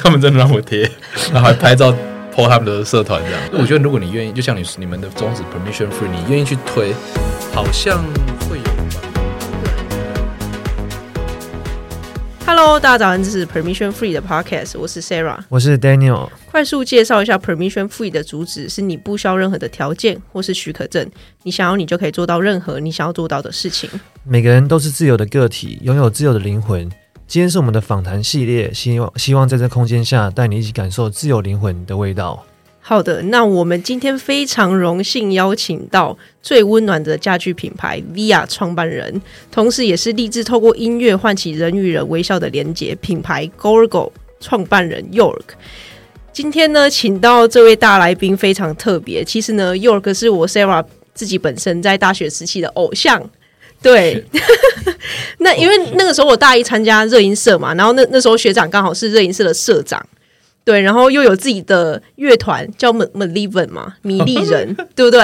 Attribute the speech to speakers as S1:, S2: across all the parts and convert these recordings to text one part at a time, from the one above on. S1: 他们真的让我贴，然后还拍照 po 他们的社团这样。 我觉得如果你愿意，就像你你们的宗旨 permission free，你愿意去推，好像会有吧。
S2: Hello，大家早上，这是 Permission Free 的 Podcast，我是 Sarah。
S3: 我是 Daniel，
S2: 快速介绍一下 Permission Free 的主旨是你不需要任何的条件或是许可证，你想要你就可以做到任何你想要做到的事情。
S3: 每个人都是自由的个体，拥有自由的灵魂。今天是我们的访谈系列，希望希望在这空间下带你一起感受自由灵魂的味道。
S2: 好的，那我们今天非常荣幸邀请到最温暖的家具品牌 VIA 创办人，同时也是立志透过音乐唤起人与人微笑的连结品牌 Gorgo 创办人 York。今天呢，请到这位大来宾非常特别。其实呢，York 是我 Sarah 自己本身在大学时期的偶像。对， 那因为那个时候我大一参加热音社嘛，然后那那时候学长刚好是热音社的社长，对，然后又有自己的乐团叫 M m e l i v e n 嘛，米利人，对不 对？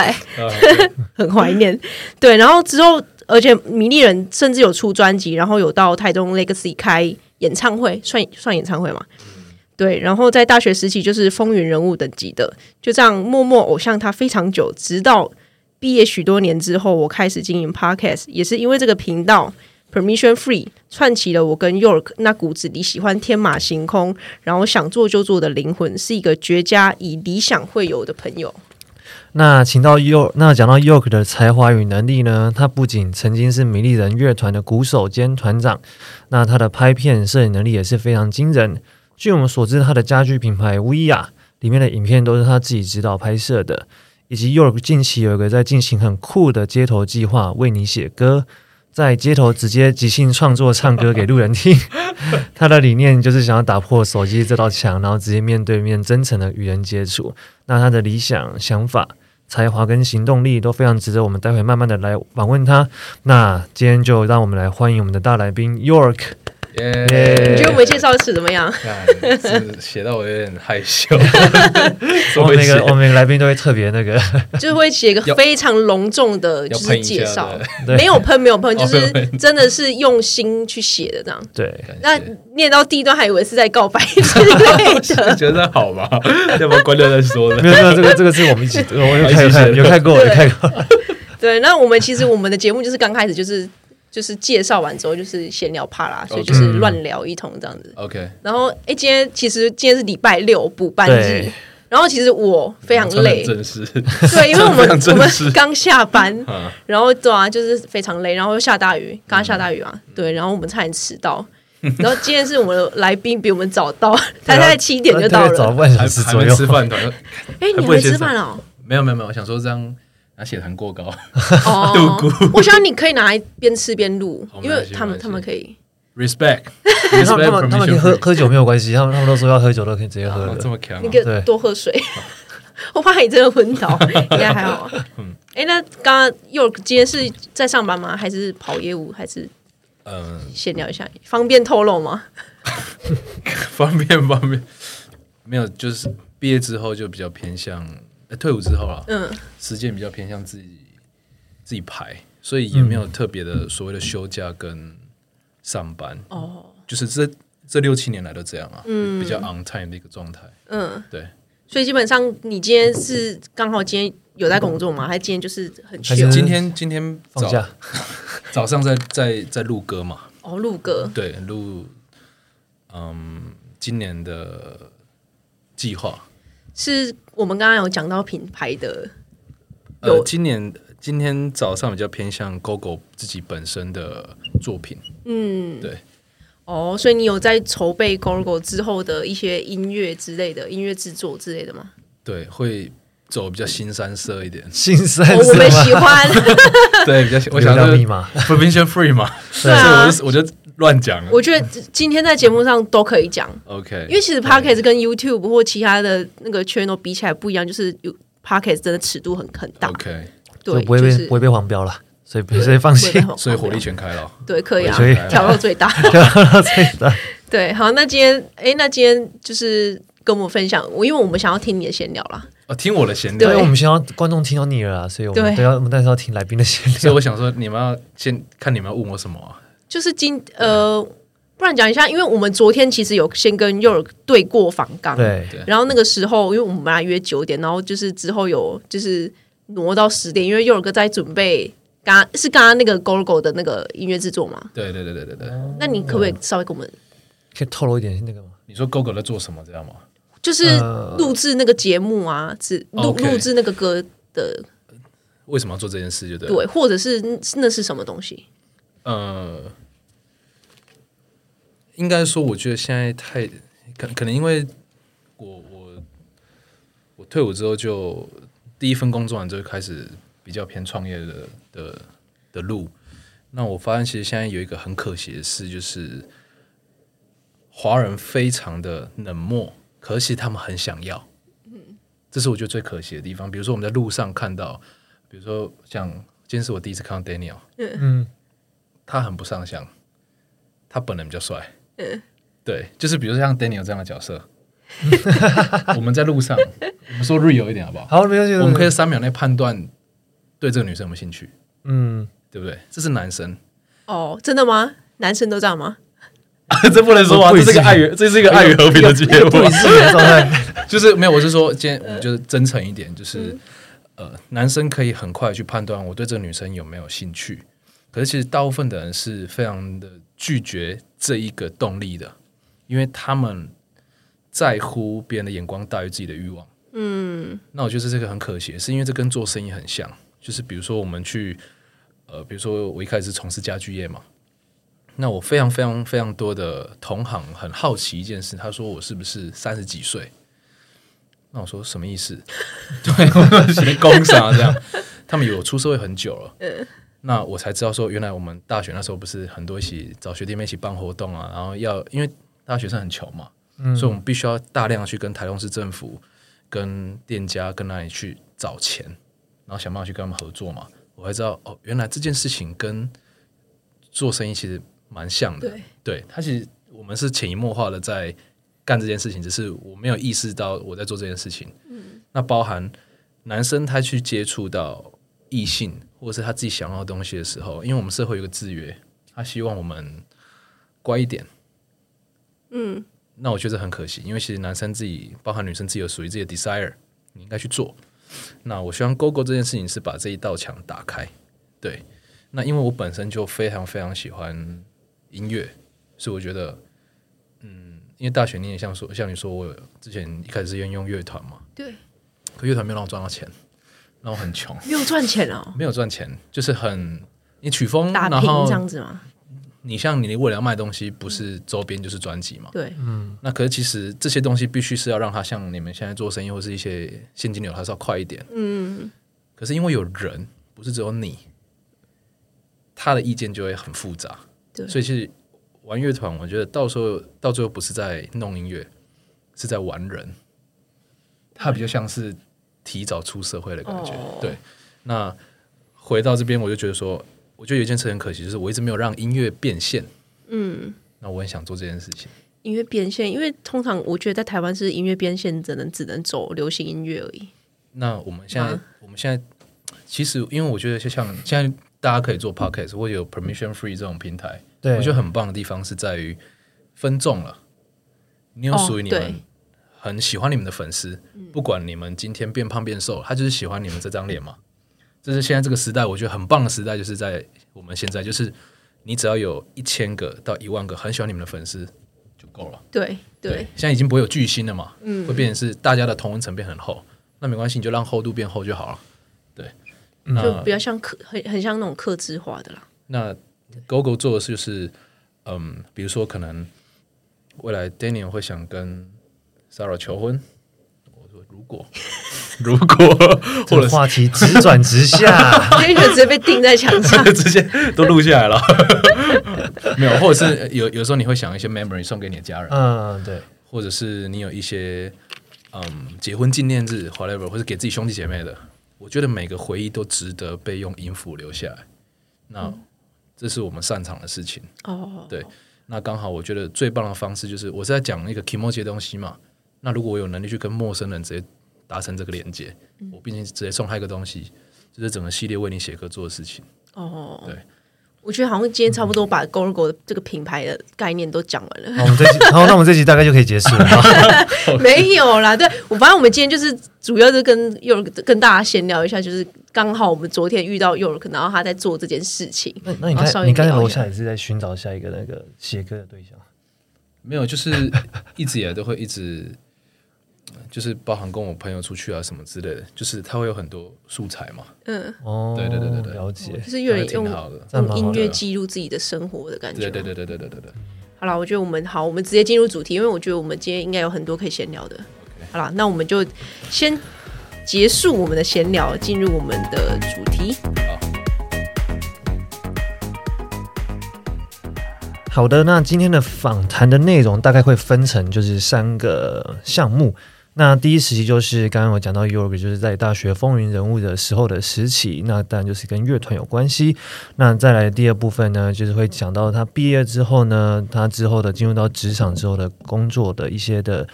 S2: 很怀念。对，然后之后，而且米利人甚至有出专辑，然后有到台中 Legacy 开演唱会，算算演唱会嘛？对，然后在大学时期就是风云人物等级的，就这样默默偶像他非常久，直到毕业许多年之后，我开始经营 Podcast，也是因为这个频道 Permission Free 串起了我跟 York 那骨子里喜欢天马行空，然后想做就做的灵魂，是一个绝佳以理想会友的朋友。
S3: 那请到 York，那讲到 York 的才华与能力呢？他不仅曾经是米利人乐团的鼓手兼团长，那他的拍片摄影能力也是非常惊人。据我们所知，他的家具品牌 VIA 里面的影片都是他自己指导拍摄的，以及 York 近期有一个在进行很酷的街头计划，为你写歌，在街头直接即兴创作唱歌给路人听。 他的理念就是想要打破手机这道墙，然后直接面对面真诚的与人接触。那他的理想、想法、才华跟行动力都非常值得我们待会慢慢的来访问他。那今天就让我们来欢迎我们的大来宾 York。
S1: 耶
S2: 你觉得我们介绍词怎么样？
S1: 看是写到我有点害 羞，
S3: 我
S1: 我
S3: 们
S1: 会
S3: 每
S1: 写
S3: 哦个我们每个来宾都会特别 那个，
S2: 就是会写一个非常隆重的，就
S1: 要
S2: 是
S1: 喷一
S2: 介
S1: 下
S2: 绍
S1: 的，，
S3: 对
S2: 没有喷，没有喷，就
S1: 哦
S2: 是
S1: 没有喷
S2: 真的是用心去写的这样。
S3: 对，
S2: 那
S1: 感
S2: 念到第一段还以为是在告白之类
S1: 谢
S2: 的，
S1: 觉得好 吧？要不要关掉再说呢
S3: 没？有没有这个这个是我们一 起，我有看有看有看过有看过，
S2: 对。那我们其实我们的节目就是刚开始就是就是介绍完之后就是闲聊怕啦，所以就是乱聊一通这样子。
S1: OK，
S2: 然后哎，今天其实今天是礼拜六补班日
S3: 对，
S2: 然后其实我非常
S1: 穿得很
S2: 累，
S1: 正式，
S2: 对，因为我
S1: 非
S2: 们
S1: 常
S2: 我
S1: 正式
S2: 们刚下班，
S1: 啊
S2: 然后对啊，就是非常累，然后又下大雨，刚刚下大雨
S1: 嗯
S2: 嘛，对，然后我们差点迟 到。然后今天是我们的来宾比我们早到，
S1: 啊
S2: 他大概七点就到
S3: 大概早
S2: 了。
S3: 半小
S1: 还
S3: 时
S1: 还
S3: 左
S1: 没
S3: 右
S1: 吃。饭团，
S2: 哎，你
S1: 还
S2: 还
S1: 不会
S2: 没
S1: 先
S2: 吃饭哦？
S1: 没有没有没有，我想说这样拿血糖过 高
S2: 哦
S1: 度，
S2: 我想你可以拿来边吃边录
S1: 好，
S2: 因
S1: 没
S2: 为
S1: 关系
S2: 他们
S1: 没关系
S2: 他们可以。
S1: ，respect，
S3: 他们他们他们可以喝喝酒没有关系，他们他们都说要喝酒都可以直接喝
S1: 哦这
S3: 了。
S1: 么强
S2: 你
S1: 啊，
S2: 给
S3: 对
S2: 多喝水， 我怕你真的 昏倒，应该还好啊。
S1: 嗯
S2: 哎，那刚刚又今天是在上班吗？还是跑业务？还是
S1: 嗯，
S2: 闲聊一下？方便透露吗？
S1: 方便方便，没有，就是毕业之后就比较偏向，呃退伍之后啦，
S2: 嗯，
S1: 时间比较偏向自己自己排，所以也没有特别的所谓的休假跟上班，
S2: 哦，
S1: 就是这这六七年来都这样啊，比较 on time 的一个状态，
S2: 嗯，
S1: 对，
S2: 所以基本上你今天是刚好今天有在工作吗？还是今天就是很
S3: 还是
S2: chill
S1: 今天今天
S3: 放假，
S1: 早早上在在在录歌嘛，
S2: 哦，录歌
S1: 对，录嗯今年的计划，
S2: 是我们刚刚有讲到品牌的，
S1: 呃
S2: 有，
S1: 今年今天早上比较偏向 GoGo 自己本身的作品，
S2: 嗯，
S1: 对，
S2: 哦，所以你有在筹备 Gorgo 之后的一些音乐之类的音乐制作之类的吗？
S1: 对，会走比较新三色一点
S3: 新三
S2: 哦，我
S3: 色
S2: 们
S3: 吗？
S2: 喜欢，
S1: 对，比 较我
S3: 流
S1: 想
S3: 量
S1: 要
S3: 密码
S1: permission free 嘛， 所以
S2: 啊
S1: 我就我就乱讲了
S2: 我觉得今天在节目上都可以讲，
S1: ，OK，
S2: 因为其实 Podcast 跟 YouTube 或其他的那个 channel 比起来不一样，就是有 Podcast 真的尺度很很大，
S1: OK，
S3: 哦就
S2: 对，
S3: 不会
S2: 就
S3: 被
S2: 是
S3: 不会被黄标了，所以所以放
S2: 不会
S3: 心
S2: 被。红
S1: 所以火
S2: 黄标
S1: 力全开了，
S2: 对，可以啊
S3: 所以，
S2: 调到最大。 对，好，那今天，哎，那今天就是跟我们分享，我因为我们想要听你的闲聊啦。
S1: 哦，听我的闲
S3: 因
S1: 聊
S2: 对
S3: 为。我们希望观众听到你了啊，所以我们
S2: 对
S3: 都要，我们但是要听来宾的闲
S1: 所以
S3: 聊。
S1: 我想说，你们要先看你们要问我什么啊、
S2: 就是今呃，不然讲一下，因为我们昨天其实有先跟 York 对过访纲，
S3: 对，
S1: 对
S2: 然后那个时候，因为我们本来约九点，然后就是之后有就是挪到十点，因为佑尔哥在准备刚刚是刚刚那个 GoGo 的那个音乐制作嘛。
S1: 对对对对对对，
S2: 那你可不可以稍微给我们，
S3: 可以透露一点那个吗？
S1: 你说 GoGo 在做什么，知道吗？
S2: 就是
S3: 呃
S2: 录制那个节目啊，只录
S1: OK
S2: 录制那个歌的
S1: 为什么要做这件事？就对了，
S2: 对，或者是那是什么东西？
S1: 呃，应该说，我觉得现在太可可能因为我我我退伍之后就第一份工作完之后开始比较偏创业的的的路。那我发现其实现在有一个很可惜的事，就是华人非常的冷漠，可是其实他们很想要。这是我觉得最可惜的地方。比如说我们在路上看到，比如说像今天是我第一次看到 Daniel，
S3: 嗯，
S1: 他很不上相，他本人比较帅。
S2: 呃
S1: 对，就是比如说像 Daniel 这样的角色， 我们在路上，我们说 real 一点好不好？
S3: 好，没关系，
S1: 我们可
S3: 以，
S1: 以三秒内判断对这个女生有没有兴趣，
S3: 嗯，
S1: 对不对？这是男生，
S2: 哦，真的吗？男生都这样吗？
S1: 这 不能说啊，
S3: 不
S1: 这
S3: 一致
S1: 是个爱与这是一个爱与和平的节 目
S3: 不，理智的状态，
S1: 就是没有，我是说今天我们就是真诚一点，就是呃，男生可以很快去判断我对这个女生有没有兴趣，可是其实大部分的人是非常的拒绝这一个动力的，因为他们在乎别人的眼光大于自己的欲望。嗯，那我觉得这个很可惜，是因为这跟做生意很像，就是比如说我们去呃，比如说我一开始是从事家具业嘛。那我非常非常非常多的同行很好奇一件事，他说我是不是三十几岁？那我说什么意思？ 对，我说写工啥这样？他们以为我出社会很久了，那我才知道说，原来我们大学那时候不是很多一起找学弟妹一起办活动啊，然后要因为大学生很穷嘛，所以我们必须要大量地去跟台东市政府、跟店家、跟哪里去找钱，然后想办法去跟他们合作嘛。我才知道哦，原来这件事情跟做生意其实蛮像的，
S2: 对
S1: 对，它其实我们是潜移默化的在干这件事情，只是我没有意识到我在做这件事情。那包含男生他去接触到异性或者是他自己想要的东西的时候，因为我们社会有一个制约，他希望我们乖一点。
S2: 嗯，
S1: 那我觉得很可惜，因为其实男生自己，包含女生自己有属于自己的 desire，你应该去做。那我希望 GoGo 这件事情是把这一道墙打开。对，那因为我本身就非常非常喜欢音乐，所以我觉得，嗯，因为大学你也像说，像你说，我有之前一开始是用用乐团嘛，
S2: 对，
S1: 可乐团没有让我赚到钱，让我很穷，
S2: 没有赚钱哦，
S1: 没有赚钱，就是很你曲风，
S2: 打
S1: 然
S2: 拼
S1: 后
S2: 这样子吗？
S1: 你像你为了要卖东西，不是周边就是专辑嘛。
S2: 对，
S1: 那可是其实这些东西必须是要让它像你们现在做生意或是一些现金流，它是要快一点。
S2: 嗯，
S1: 可是因为有人，不是只有你，他的意见就会很复杂。
S2: 对
S1: 所以其实玩乐团，我觉得到时候到最后不是在弄音乐，是在玩人。他比较像是提早出社会的感觉。
S2: 哦
S1: 对，那回到这边，我就觉得说，我觉得有一件事很可惜，就是我一直没有让音乐变现。
S2: 嗯，
S1: 那我很想做这件事情。
S2: 音乐变现，因为通常我觉得在台湾是音乐变现只能只能走流行音乐而已。
S1: 那我们现在，
S2: 嗯
S1: 我们现在其实，因为我觉得就像现在大家可以做 podcast 或者有 permission free 这种平台，
S3: 对，
S1: 我觉得很棒的地方是在于分众了，你有
S2: 哦
S1: 属于你们
S2: 对嗯
S1: 很喜欢你们的粉丝，不管你们今天变胖变瘦，他就是喜欢你们这张脸嘛。 这是现在这个时代，我觉得很棒的时代，就是在我们现在，就是你只要有一千个到一万个很喜欢你们的粉丝就够了。
S2: 对对，嗯
S1: 现在已经不会有巨星了嘛，会变成是大家的同温层变很厚，那没关系，你就让厚度变厚就好了。对，
S2: 就
S1: 那
S2: 比较像克，很很像那种克制化 的啦。
S1: 那 GoGo 做的事就是，嗯，比如说可能未来 Daniel 会想跟 Sarah 求婚，我说如果 如果
S3: 这
S1: 或
S3: 个
S1: 者
S3: 话题直转直 下，
S2: 所以就直接被钉在墙 上。
S1: 是直接都录下来了， 没有，或者是有有时候你会想一些 memory 送给你的家人，
S3: 嗯，对，
S1: 或者是你有一些嗯结婚纪念日 whatever，或者给自己兄弟姐妹的，我觉得每个回忆都值得被用音符留下来。那这是我们擅长的事情。
S2: 哦，
S1: 对那刚好我觉得最棒的方式就是我是在讲那个 emoji 的东西嘛。那如果我有能力去跟陌生人直接达成这个连接，我毕竟直接送他一个东西，这、是整个系列为你写歌做的事情。
S2: 哦，
S1: 对
S2: 我觉得好像今天差不多把 Gorgo 的这个品牌的概念都讲 完了。
S3: 好，我们这集，好，那我们这集大概就可以 结束了。
S2: 没有啦，对我反正我们今天就是主要就跟又跟大家闲聊一下，就是刚好我们昨天遇到又可然后他在做这件事情，
S3: 那那你
S2: 好稍
S3: 看，
S2: 微
S3: 你刚才
S2: 聊一
S3: 楼
S2: 下
S3: 下也是在寻找下一个那个写歌的对象。
S1: 没有，就是一直以来都会一直，就是包含跟我朋友出去啊什么之类的，就是他会有很多素材嘛，
S2: 嗯，
S3: 哦，
S1: 对对对对对
S3: 了解。
S2: 就是有
S1: 还
S2: 点
S1: 挺
S2: 用
S1: 好的。
S3: 这样蛮
S2: 用
S3: 好的
S2: 音乐记录自己的生活的感觉。
S1: 对对对对对对对对，
S2: 好了，我觉得我们好，我们直接进入主题，因为我觉得我们今天应该有很多可以闲聊的。好了，那我们就先结束我们的闲聊，进入我们的主题。
S3: 好的，那今天的访谈的内容大概会分成就是三个项目。那第一时期就是刚刚我讲到 York，就是在大学风云人物的时候的时期，那当然就是跟乐团有关系。那再来第二部分呢，就是会讲到他毕业之后呢，他之后的进入到职场之后的工作的一些的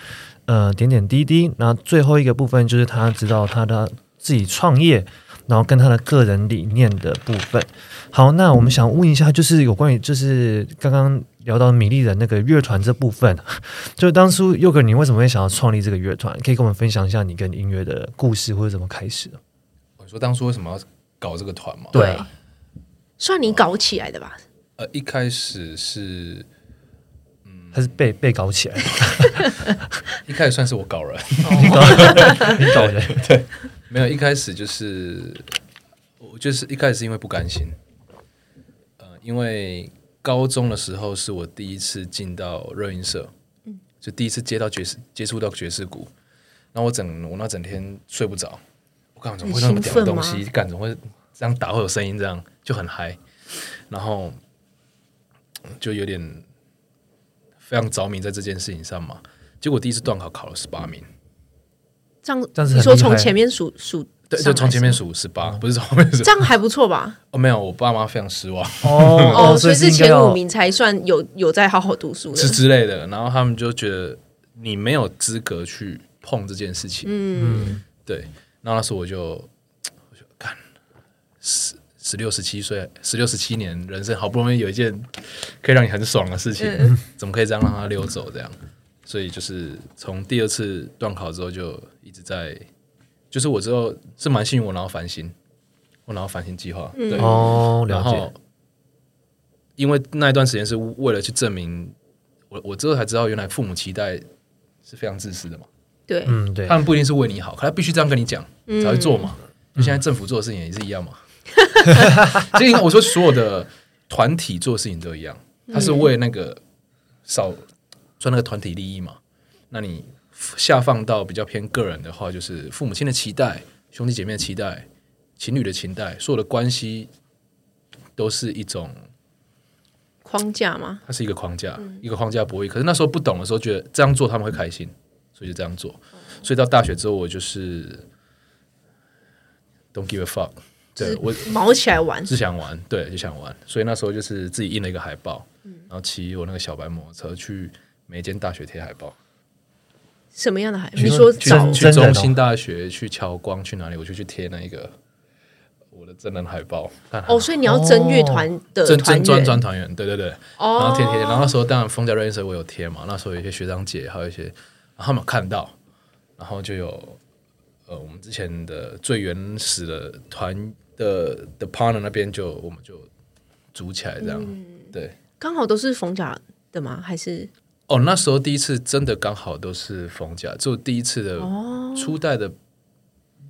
S3: 呃点点滴滴。那最后一个部分就是他知道他的自己创业，然后跟他的个人理念的部分。好，那我们想问一下，就是有关于就是刚刚聊到米粒人那个乐团这部分， 就是当初佑哥你为什么会想要创立这个乐团？可以跟我们分享一下你跟音乐的故事或者怎么开始的？
S1: 我哦说当初为什么要搞这个团嘛？
S3: 对啊
S2: 算你搞起来的吧？
S1: 呃，一开始是
S3: 还是被被搞起来，
S1: 一开始算是我搞人，
S3: 你搞的？
S1: 没有一开始就是我就是一开始是因为不甘心，呃，因为高中的时候是我第一次进到热音社，就第一次接到爵士接触到爵士鼓，然后我整我那整天睡不着，我干怎么会那么屌的东
S2: 很兴
S1: 西？干怎么会这样打会有声音？这样就很嗨，然后就有点非常着迷在这件事情上嘛。结果第一次段考考了十八名。
S2: 这样，
S3: 这样子很
S2: 你说
S3: 厉害
S2: 从前面数数，
S1: 对，就从前面，数十八，不是从后面数
S2: 这。样还不错吧？
S1: 哦，没有，我爸妈非常失望，
S3: 哦
S2: 哦，所以是
S3: 应该
S2: 前
S3: 要
S2: 五名才算有有在好好读书的
S1: 是。之类的。然后他们就觉得你没有资格去碰这件事情。
S2: 嗯，
S1: 对，然后那时候我就，我就干十十六十七岁，十六十七年人生，好不容易有一件可以让你很爽的事情， 怎么可以这样让它溜走？这样，所以就是从第二次断考之后，就一直在，就是我之后是蛮幸运，我拿到繁星，我拿到繁星计划，对，
S3: 哦，了
S1: 然
S3: 解
S1: 后，因为那一段时间是为了去证明我，我之后才知道原来父母期待是非常自私的嘛，
S2: 对，
S3: 嗯，对
S1: 他，们不一定是为你好，可他必须这样跟你讲才会做嘛。就现在政府做的事情也是一样嘛，所以我说所有的团体做的事情都一样，他是为那个少赚那个团体利益嘛。那你下放到比较偏个人的话，就是父母亲的期待、兄弟姐妹的期待、情侣的期待，所有的关系都是一种
S2: 框架嘛，
S1: 它是一个框架，
S2: 嗯
S1: 一个框架博弈。可是那时候不懂的时候，觉得这样做他们会开心，所以就这样做。所以到大学之后，我就是 don't give a fuck，对
S2: 是
S1: 我
S2: 毛起来玩。
S1: 只想玩，对，就想玩。所以那时候就是自己印了一个海报，
S2: 嗯
S1: 然后骑我那个小白摩托车去每间大学贴海报，
S2: 什么样的海？你说
S1: 去
S2: 找
S3: 真
S1: 去
S3: 真人
S1: 中
S3: 哦
S1: 心大学、去侨光、去哪里，我就去贴那一个我的真人海报。看
S2: 哦，所以你要争乐团的
S1: 真
S2: 呃团
S1: 真哦专专
S2: 员
S1: 团员，对对对，
S2: 哦
S1: 然后贴贴，然后那时候当然风家瑞社我有贴嘛，那时候有一些学长姐，还有一些，然后他们有看到，然后就有呃我们之前的最原始的团的的 partner 那边就我们就组起来这样，
S2: 嗯
S1: 对，
S2: 刚好都是冯甲的吗？还是
S1: 哦那时候第一次真的刚好都是冯家，就第一次的
S2: 哦
S1: 初代的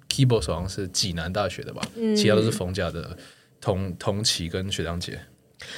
S1: keyboard 手好像是济南大学的吧，
S2: 嗯
S1: 其他都是冯家的同同期跟学长姐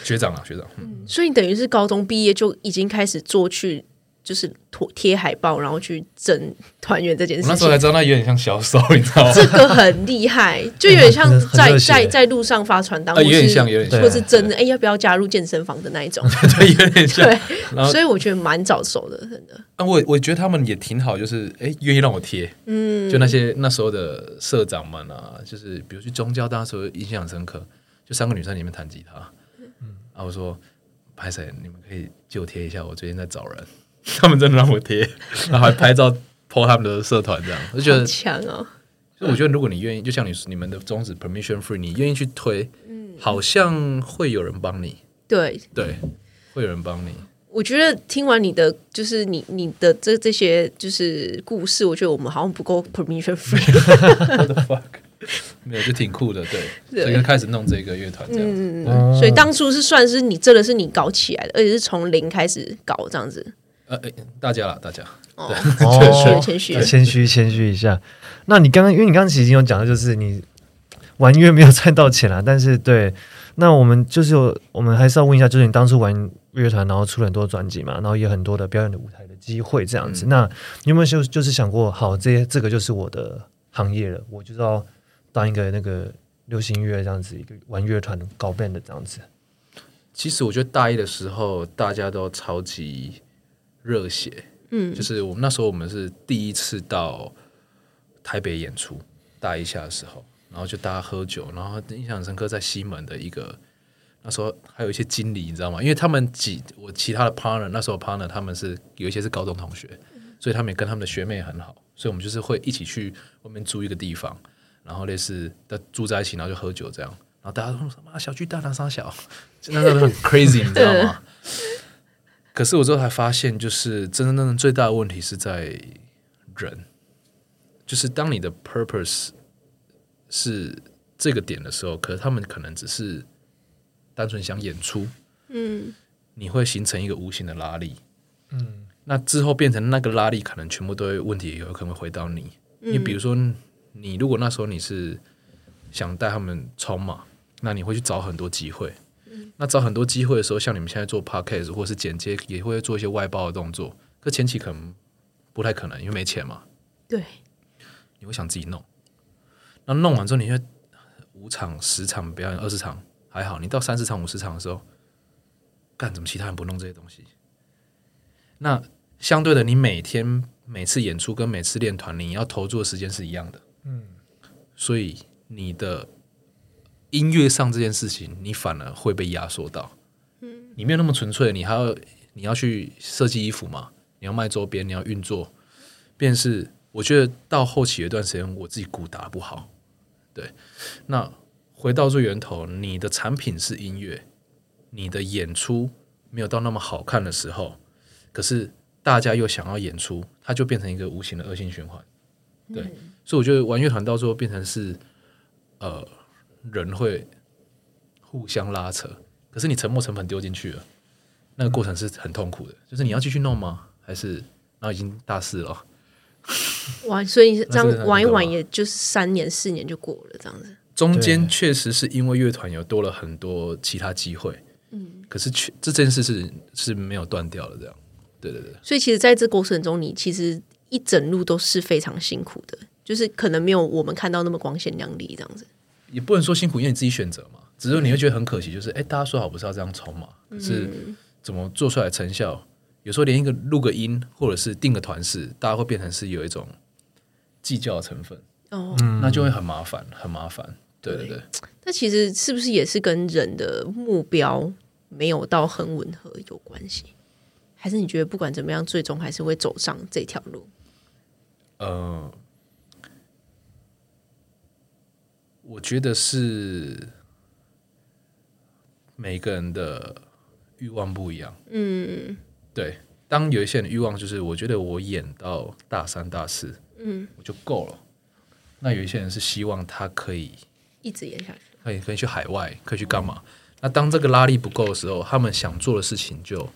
S1: 学长啊学长，嗯
S2: 所以你等于是高中毕业就已经开始做去，就是贴贴海报，然后去争团员这件
S1: 我
S2: 事
S1: 那时候才
S2: 情。
S1: 知道那有点像小手，你知道吗？
S2: 这个很厉害，就有点像
S1: 嗯
S3: 很很
S2: 在
S3: 热血
S2: 在在路上发传单，
S1: 啊
S2: 或
S1: 有点
S2: 是
S1: 像有点像
S2: 或是真的哎要不要加入健身房的那一种，
S1: 对，有点像。
S2: 对
S1: 然，后
S2: 所以我觉得蛮早熟的，真的。
S1: 但我我觉得他们也挺好，就是哎，愿意让我贴。嗯，就那些那时候的社长们啊，就是比如去中交，当时候印象很深刻，就三个女生里面弹吉他。嗯，啊，我说拍谁？你们可以借我贴一下，我最近在找人。 他们真的让我贴，然后还拍照 po 他们的社团这样，我就觉
S2: 好
S1: 得
S2: 强哦！
S1: 所以我觉得，如果你愿意，就像你你们的宗旨 permission free，你愿意去推，嗯，好像会有人帮你，
S2: 对，
S1: 对，会有人帮你。
S2: 我觉得听完你的，就是你你的这这些就是故事，我觉得我们好像不够 permission free。
S1: What the fuck？没 有，就挺酷的，对，
S2: 对
S1: 所以就开始弄这个乐团这样子。
S2: 嗯，所以当初是算是你真的是你搞起来的，而且是从零开始搞这样子。
S1: 呃，哎大家啦，大家，
S2: 哦，
S3: 哦，
S2: 谦虚谦虚
S3: 谦虚谦虚一下。那你刚刚，因为你刚刚其实已经有讲到，就是你玩音乐没有赚到钱啦， 但是对，那我们就是有，我们还是要问一下，就是你当初玩乐团，然后出了很多专辑嘛，然后也有很多的表演的舞台的机会这样子。那你有没有就就是想过，好，这些这个就是我的行业了，我就是要当一个那个流行音乐这样子，一个玩乐团搞 band 的这样子。
S1: 其实我觉得大一的时候，大家都超级热血，
S2: 嗯
S1: 就是我们那时候我们是第一次到台北演出，大一下的时候，然后就大家喝酒，然后印象很深刻，在西门的一个那时候还有一些经理，你知道吗？因为他们几我其他的 partner 那时候 partner 他们是有一些是高中同学，所以他们也跟他们的学妹很好，所以我们就是会一起去外面租一个地方，然后类似的住在一起，然后就喝酒这样。然后大家都说什么啊小巨蛋啊，傻小， 那时候都很 crazy，你知道吗？可是我之后才发现，就是真真正正最大的问题是在人，就是当你的 purpose 是这个点的时候，可是他们可能只是单纯想演出，
S2: 嗯，
S1: 你会形成一个无形的拉力。嗯，那之后变成那个拉力，可能全部都会问题，有可能会回到你。你比如说，你如果那时候你是想带他们冲嘛，那你会去找很多机会。那找很多机会的时候，像你们现在做 podcast 或是剪接，也会做一些外包的动作。可前期可能不太可能，因为没钱嘛。
S2: 对，
S1: 你会想自己弄。那弄完之后，你会五场、十场表演，二十场还好，你到三十场、五十场的时候，干怎么其他人不弄这些东西？那相对的，你每天每次演出跟每次练团，你要投注的时间是一样的。嗯，所以你的音乐上这件事情，你反而会被压缩到。嗯，你没有那么纯粹，你还要你要去设计衣服嘛，你要卖周边，你要运作，便是我觉得到后期有一段时间，我自己鼓打不好。对，那回到最源头，你的产品是音乐，你的演出没有到那么好看的时候，可是大家又想要演出，它就变成一个无形的恶性循环。对，所以我觉得玩乐团到最后变成是，呃，人会互相拉扯，可是你沉没成本丢进去了，那个过程是很痛苦的。就是你要继续弄吗？还是然后已经大四了？
S2: 哇，所以这
S1: 那是
S2: 样玩一
S1: 那个嘛
S2: 玩，也就是三年四年就过了这样子。
S1: 中间确实是因为乐团有多了很多其他机会，嗯，可是确这件事是是没有断掉的，这样，对对对，
S2: 所以其实在这过程中，你其实一整路都是非常辛苦的，就是可能没有我们看到那么光鲜亮丽这样子。
S1: 也不能说辛苦，因为你自己选择嘛，只是你会觉得很可惜，就是哎、诶大家说好不是要这样冲嘛，可是怎么做出来的成效，有时候连一个录个音或者是定个团式，大家会变成是有一种计较的成分，
S2: 哦，
S1: 那就会很麻烦，很麻烦，对对对，
S2: 那其实是不是也是跟人的目标没有到很吻合有关系？还是你觉得不管怎么样，最终还是会走上这条路？
S1: 呃，我觉得是每个人的欲望不一样。嗯，对。当有一些人欲望就是，我觉得我演到大三、大四，嗯，我就够了。那有一些人是希望他可以，
S2: 一直演下去，
S1: 可以可以去海外，可以去干嘛？那当这个拉力不够的时候，他们想做的事情就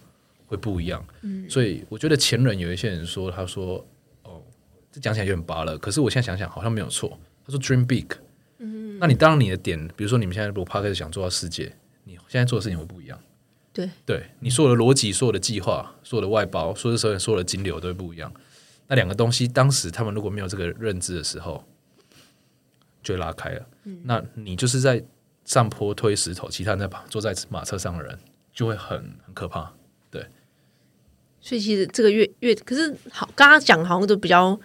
S1: 会不一样。所以我觉得前人有一些人说，他说哦这讲起来有点拔了，可是我现在想想好像没有错。他说 dream big，嗯，那你当然你的点，比如说你们现在如果 p a r k 想做到世界，你现在做的事情会不一样。
S2: 对，
S1: 对你所有的逻辑、所有的计划、所有的外包、所有的所有所有的金流都会不一样。那两个东西，当时他们如果没有这个认知的时候，就会拉开了。那你就是在上坡推石头，其他人在爬坐在马车上的人就会很很可怕。
S2: 所以其实这个月月，可是好，刚刚讲好像都比较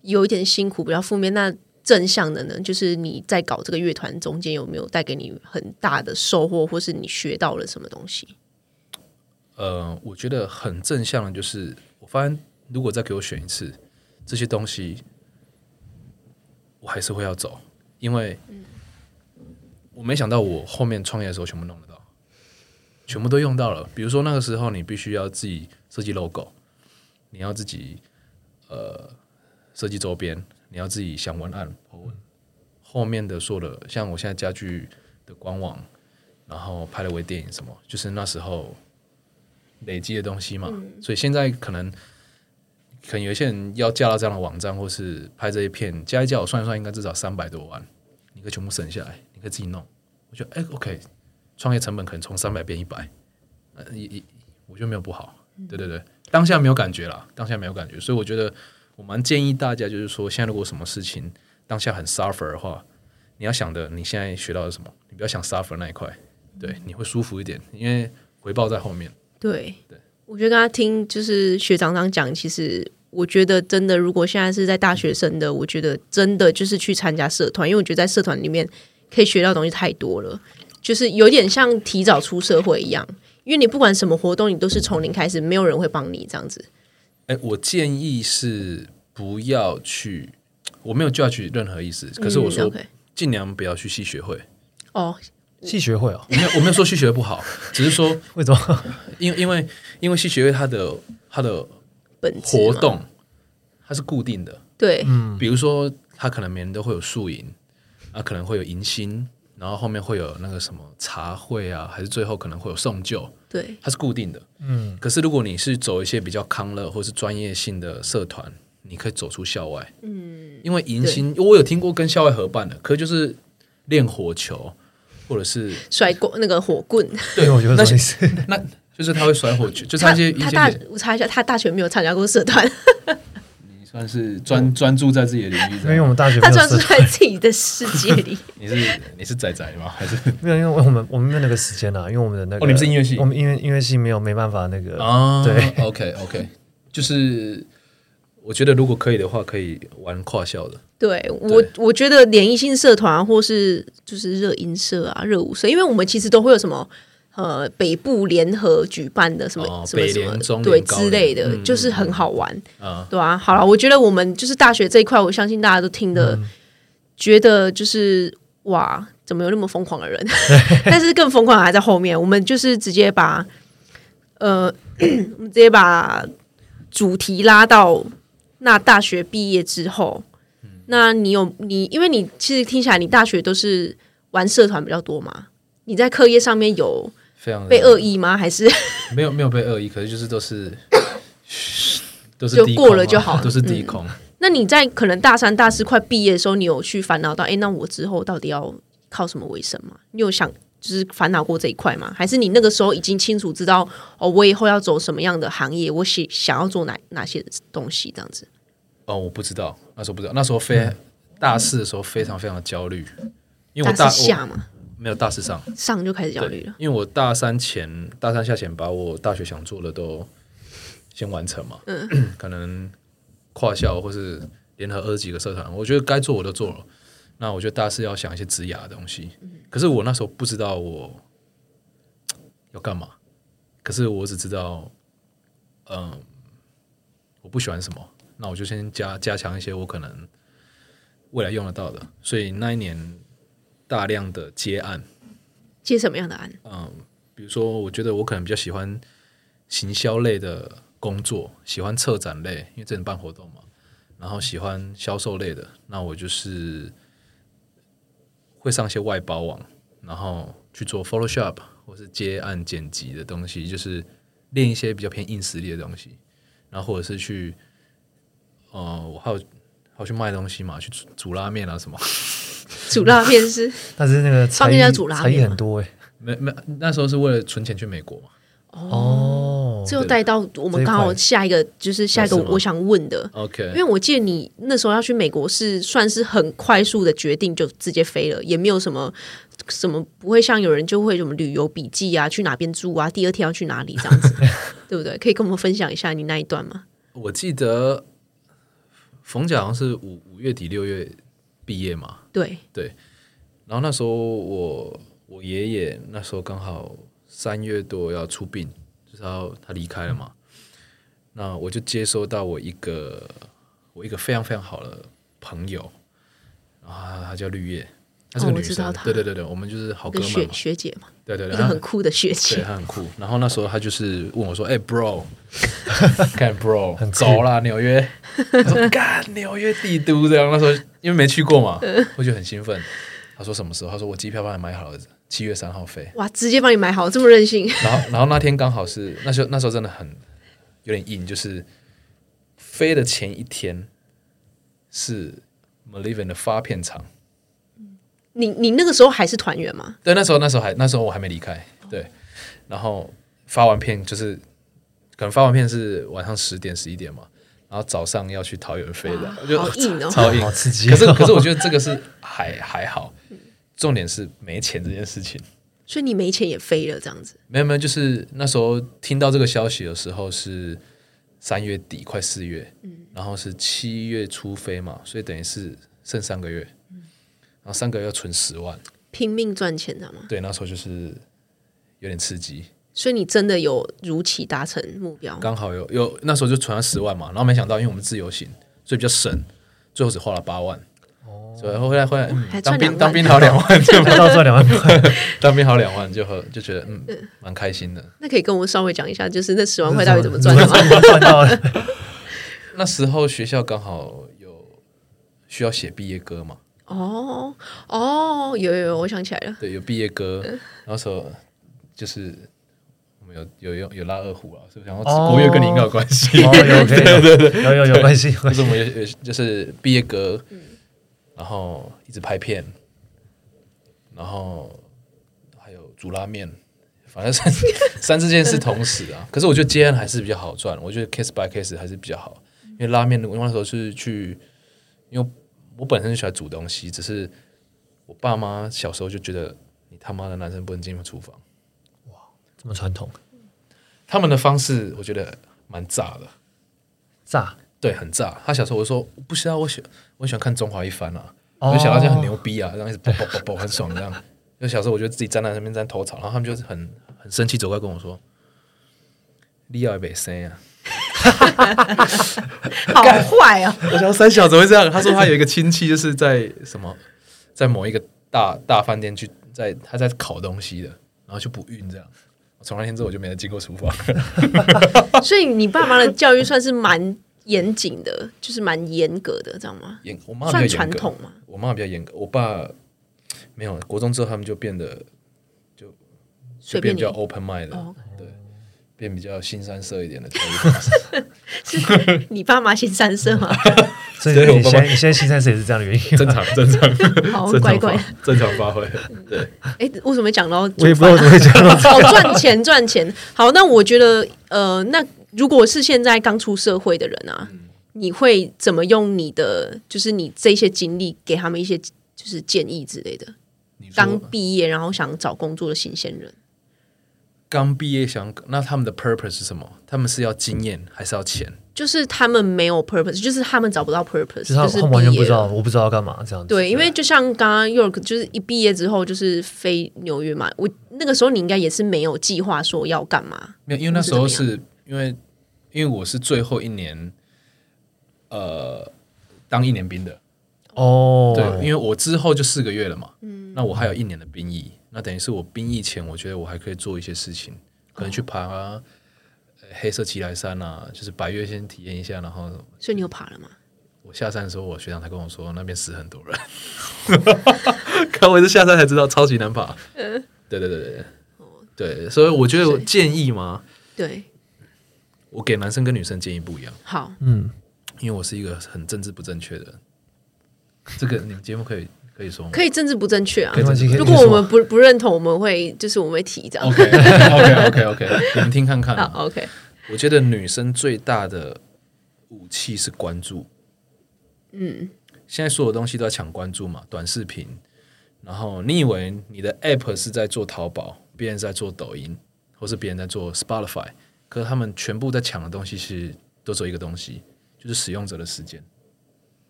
S2: 有一点辛苦，比较负面。那正向的呢，就是你在搞这个乐团中间有没有带给你很大的收获，或是你学到了什么东西？
S1: 呃，我觉得很正向的就是，我发现如果再给我选一次，这些东西我还是会要走，因为我没想到我后面创业的时候全部弄得到，全部都用到了。比如说那个时候你必须要自己呃设计 logo，你要自己呃设计周边，你要自己想文案、po 文。后面的所有的，像我现在家具的官网，然后拍了微电影什么，就是那时候累积的东西嘛。所以现在可能可能有一些人要架到这样的网站，或是拍这一片，加一加我算一算，应该至少三百多万，你可以全部省下来，你可以自己弄。我觉得哎、OK，创业成本可能从三百变一百，呃，也也我觉得没有不好。对对对，当下没有感觉啦，当下没有感觉，所以我觉得我蛮建议大家，就是说现在如果有什么事情当下很 suffer 的话，你要想的你现在学到的是什么，你不要想 suffer 那一块，对，你会舒服一点，因为回报在后面。
S2: 对，我觉得刚刚听就是学长长讲，其实我觉得真的，如果现在是在大学生的，我觉得真的就是去参加社团，因为我觉得在社团里面可以学到的东西太多了，就是有点像提早出社会一样。因为你不管什么活动，你都是从零开始，没有人会帮你这样子。
S1: 哎，我建议是不要去，我没有 judge 任何意思，可是我
S2: 嗯
S1: 说
S2: OK
S1: 尽量不要去系学会。
S2: 哦，
S3: 系学会哦，
S1: 我没有，我没有说系学会不好，只是说
S3: 为什么？
S1: 因为因为因为系学会它的它的
S2: 本质嘛
S1: 活动它是固定的，
S2: 对，
S1: 比如说，他可能每年都会有宿营，啊，可能会有迎新，然后后面会有那个什么茶会啊，还是最后可能会有送旧，
S2: 对，
S1: 它是固定的。嗯，可是如果你是走一些比较康乐或是专业性的社团，你可以走出校外。嗯，因为迎新，我有听过跟校外合办的，可是就是练火球，或者是
S2: 甩锅那个火棍。
S3: 对，我觉得
S1: 那
S3: 什么意思？
S1: 那就是他会甩火球，就是
S2: 他
S1: 他一些一
S2: 他大
S1: 些，
S2: 我查一下，他大学没有参加过社团，
S1: 你算是专专注在自己的领域 这
S3: 因为我
S1: 样。
S3: 们大学
S2: 他
S3: 没有
S2: 专
S3: 社
S2: 注
S3: 团，
S2: 在自己的世界里。
S1: 你是你是仔仔吗？还是
S3: 没有，因为我们我们没有那个时间啊啦，因为我们的那个
S1: 哦你们是音乐系
S3: 我们音乐音乐系没有没办法那 个
S1: 啊，
S3: 对
S1: ，OK OK，就是我觉得如果可以的话，可以玩跨校的。
S2: 对我，我觉得联谊性社团或是就是热音社啊、热舞社，因为我们其实都会有什么呃北部联合举办的什么、
S1: 哦
S2: 什么
S1: 北
S2: 什
S1: 联
S2: 么
S1: 中联
S2: 对
S1: 高联
S2: 之类的，就是很好玩，
S1: 嗯
S2: 对啊，好了，我觉得我们就是大学这一块，我相信大家都
S1: 嗯
S2: 听的，觉得就是哇，怎么有那么疯狂 的人？ 但是更疯狂的还在后面，我们就是直接把呃， 我们直接把主题拉到那大学毕业之后，那你有你，因为你其实听起来你大学都是玩社团比较多嘛，你在课业上面有
S1: 非常的
S2: 被恶意吗？还是
S1: 没有没有被恶意，可是就是都 是都是
S2: 就
S1: 低
S2: 过
S1: 空
S2: 了
S1: 啊
S2: 就好了嗯
S1: 都是低空。
S2: 那你在可能大三、大四快毕业的时候，你有去烦恼到，哎、那我之后到底要靠什么为生吗？你有想就是烦恼过这一块吗？还是你那个时候已经清楚知道，哦，我以后要走什么样的行业，我想想要做哪哪些东西这样子？
S1: 哦，我不知道，那时候不知道，那时候非
S2: 嗯
S1: 大四的时候非常非常的焦虑，因为我大
S2: 大四
S1: 我
S2: 下嘛，
S1: 没有大四上，
S2: 上就开始焦虑
S1: 对
S2: 了。
S1: 因为我大三前、大三下前把我大学想做的都先完成嘛， 可能跨校或是联合二十几个社团，我觉得该做我都做了。那我觉得大四要想一些职涯的东西，可是我那时候不知道我要干嘛，可是我只知道，嗯，我不喜欢什么，那我就先加加强一些我可能未来用得到的，所以那一年大量的接案，
S2: 接什么样的案？
S1: 比如说，我觉得我可能比较喜欢行销类的工作，喜欢策展类，因为这能办活动嘛。然后喜欢销售类的，那我就是会上一些外包网，然后去做 Photoshop 或是接案剪辑的东西，就是练一些比较偏硬实力的东西。然后或者是去，呃，我还有还有去卖东西嘛，去煮煮拉面啊什么。
S2: 煮拉面是
S3: 但是那个才
S2: 帮人
S3: 艺
S2: 家煮拉面
S3: 才艺很多哎、
S1: 没没，那时候是为了存钱去美国嘛。
S3: 哦，
S2: 最后带到我们刚好下一个，就是下一个
S1: 这一块
S2: 我想问的，因
S1: OK，
S2: 为我记得你那时候要去美国是算是很快速的决定，就直接飞了，也没有什么什么不会像有人就会什么旅游笔记啊，去哪边住啊，第二天要去哪里这样子， 对不对？可以跟我们分享一下你那一段吗？
S1: 我记得冯姐好像是五五月底六月毕业嘛，
S2: 对，
S1: 然后那时候我我爷爷那时候刚好三月多要出殡，就是他要他离开了嘛，那我就接收到我一个我一个非常非常好的朋友，然后他他叫绿叶，她是个
S2: 哦我
S1: 女
S2: 知
S1: 生，
S2: 道她
S1: 对对对对，我们就是好
S2: 一
S1: 哥
S2: 个
S1: 们
S2: 学
S1: 嘛，
S2: 学姐嘛，
S1: 对对
S2: 一
S1: 对，
S2: 个
S1: 她
S2: 很酷的学
S1: 对啊
S2: 姐，
S1: 她很酷。然后那时候她就是问我说：“哎、b r o 看 bro，
S3: 很酷
S1: 走啦纽约。”她说：“ 干纽约帝都这样。”那时候因为没去过嘛，
S3: 嗯
S1: 我就很兴奋。她说什么时候？她说我机票帮你买好了，七月三号飞。
S2: 哇，直接帮你买好，这么任性，
S1: 然后 然后那天刚好是那时候那时候真的很有点硬，就是飞的前一天是 Malivan 的发片场。
S2: 你你那个时候还是团员吗？
S1: 对，那时候那时候还那时候我还没离开，对。然后发完片就是，可能发完片是晚上十点十一点嘛，然后早上要去桃园飞的，我啊就
S2: 好硬哦，
S1: 超硬
S3: 好。刺激、
S1: 可是可是我觉得这个是还还好，重点是没钱这件事情。
S2: 所以你没钱也飞了这样子，
S1: 没有没有，就是那时候听到这个消息的时候是三月底，快四月，
S2: 嗯
S1: 然后是七月初飞嘛，所以等于是剩三个月，
S2: 嗯
S1: 然后三个月要存十万，
S2: 拼命赚钱，知道吗？
S1: 对，那时候就是有点刺激，
S2: 所以你真的有如期达成目标，
S1: 刚好有有那时候就存了十万嘛，然后没想到因为我们自由行，所以比较省，最后只花了八万，哦，所以后来后来、嗯
S2: 还
S1: 当
S2: 赚
S1: 兵
S2: 2万
S1: 当兵好两万，
S3: 不到赚两万块，
S1: 当兵好两万就和就觉得嗯蛮开心的。
S2: 那可以跟我稍微讲一下，就是那十万块到底怎么赚的吗？
S3: 赚 到哦的？
S1: 那时候学校刚好有需要写毕业歌嘛，
S2: 哦哦，有有有，我想起来了，
S1: 对，有毕业歌，
S2: 嗯
S1: 然后说就是我们有有有有拉二胡啊，是不是？然后
S3: 哦
S1: 国乐跟你应该有关系，
S3: 哦，有可以，有有有有关系，有
S1: 就
S3: 关
S1: 是
S3: 系
S1: 我们有有就是毕业歌，然后一直拍片，然后还有煮拉面。反正三三四件事同时啊，可是我觉得接案还是比较好赚，我觉得 case by case 还是比较好，因为拉面我那时候是去，因为我本身就喜欢煮东西，只是我爸妈小时候就觉得你他妈的男生不能进厨房，
S3: 这么传统，
S1: 他们的方式我觉得蛮炸的，
S3: 炸
S1: 对，很炸。他小时候我就说不是啊，我喜我喜欢看《中华一番》啊，
S3: 哦
S1: 我就想到这样很牛逼啊，这样一直啵啵啵啵很爽这样。就小时候我就自己站在那边在头草，然后他们就是很很生气走过来跟我说：“你要北生啊
S2: 好坏哦！！”
S1: 我想说三小怎么会这样？他说他有一个亲戚就是在什么在某一个大大饭店去在他在烤东西的，然后就不孕这样。从那天之后我就没再进过厨房。
S2: 所以你爸妈的教育算是蛮严谨的，就是蛮严格的，知道吗？
S1: 严，我妈比较
S2: 算
S1: 严
S2: 传
S1: 格
S2: 统嘛，
S1: 我妈比较严格，我爸没有。国中之后，他们就变得就就
S2: 随便
S1: 变
S2: 你
S1: 比较 open mind 了，
S2: 哦
S1: 对，变比较新三色一点的 教育方式。
S2: 你 爸妈先三色嘛，
S3: 所以
S1: 所以我
S3: 你
S1: 爸爸
S3: 现在你现在新三色也是这样的原 因，
S1: 正常，正常，
S2: 好
S1: 正
S2: 乖
S1: 常
S2: 乖。
S1: 发，正常发挥。对，
S2: 哎，为什么讲到
S3: 我也不知 道怎么 会讲到
S2: 好赚钱赚钱？好，那我觉得呃，那如果是现在刚出社会的人啊，你会怎么用你的就是你这些经历给他们一些就是建议之类的？
S1: 你说
S2: 刚毕业然后想找工作的新鲜人，
S1: 刚毕业想，那他们的 purpose 是什么？他们是要经验还是要钱？
S2: 就是他们没有 purpose，就是他们找不到 purpose，
S3: 就是他
S2: 就是
S3: 他完全
S2: 毕业
S3: 不知
S2: 了
S3: 道，我不知道要干嘛这样子。
S2: 对，因为就像刚刚 York 就是一毕业之后就是飞纽约嘛，我那个时候你应该也是没有计划说要干嘛，
S1: 没有，因为那时候
S2: 是怎
S1: 是因为因为我是最后一年，呃，当一年兵的。
S3: 哦，
S1: 对，因为我之后就四个月了嘛，那我还有一年的兵役，那等于是我兵役前，我觉得我还可以做一些事情，可能去爬、呃黑色奇莱山啊，就是白月先体验一下，然后
S2: 所以你有爬了吗？
S1: 我下山的时候，我学长才跟我说那边死很多人， 可我是下山才知道超级难爬，对对对对对，对，所以我觉得我建议嘛，
S2: 对，
S1: 我给男生跟女生建议不一样，
S2: 好，
S3: 嗯，
S1: 因为我是一个很政治不正确的人，这个你们节目可以可以说吗？
S2: 可以政治不正确啊
S1: 可以。政治不正确
S2: 如果我们不不认同，我们会就是我们会提
S3: 哦
S2: 这样。
S1: OK OK OK OK，你们听看看、啊。
S2: 好，OK，
S1: 我觉得女生最大的武器是关注。嗯，现在所有东西都在抢关注嘛，短视频。然后你以为你的 App 是在做淘宝，别人在做抖音，或是别人在做 Spotify，可是他们全部在抢的东西是都只有一个东西，就是使用者的时间。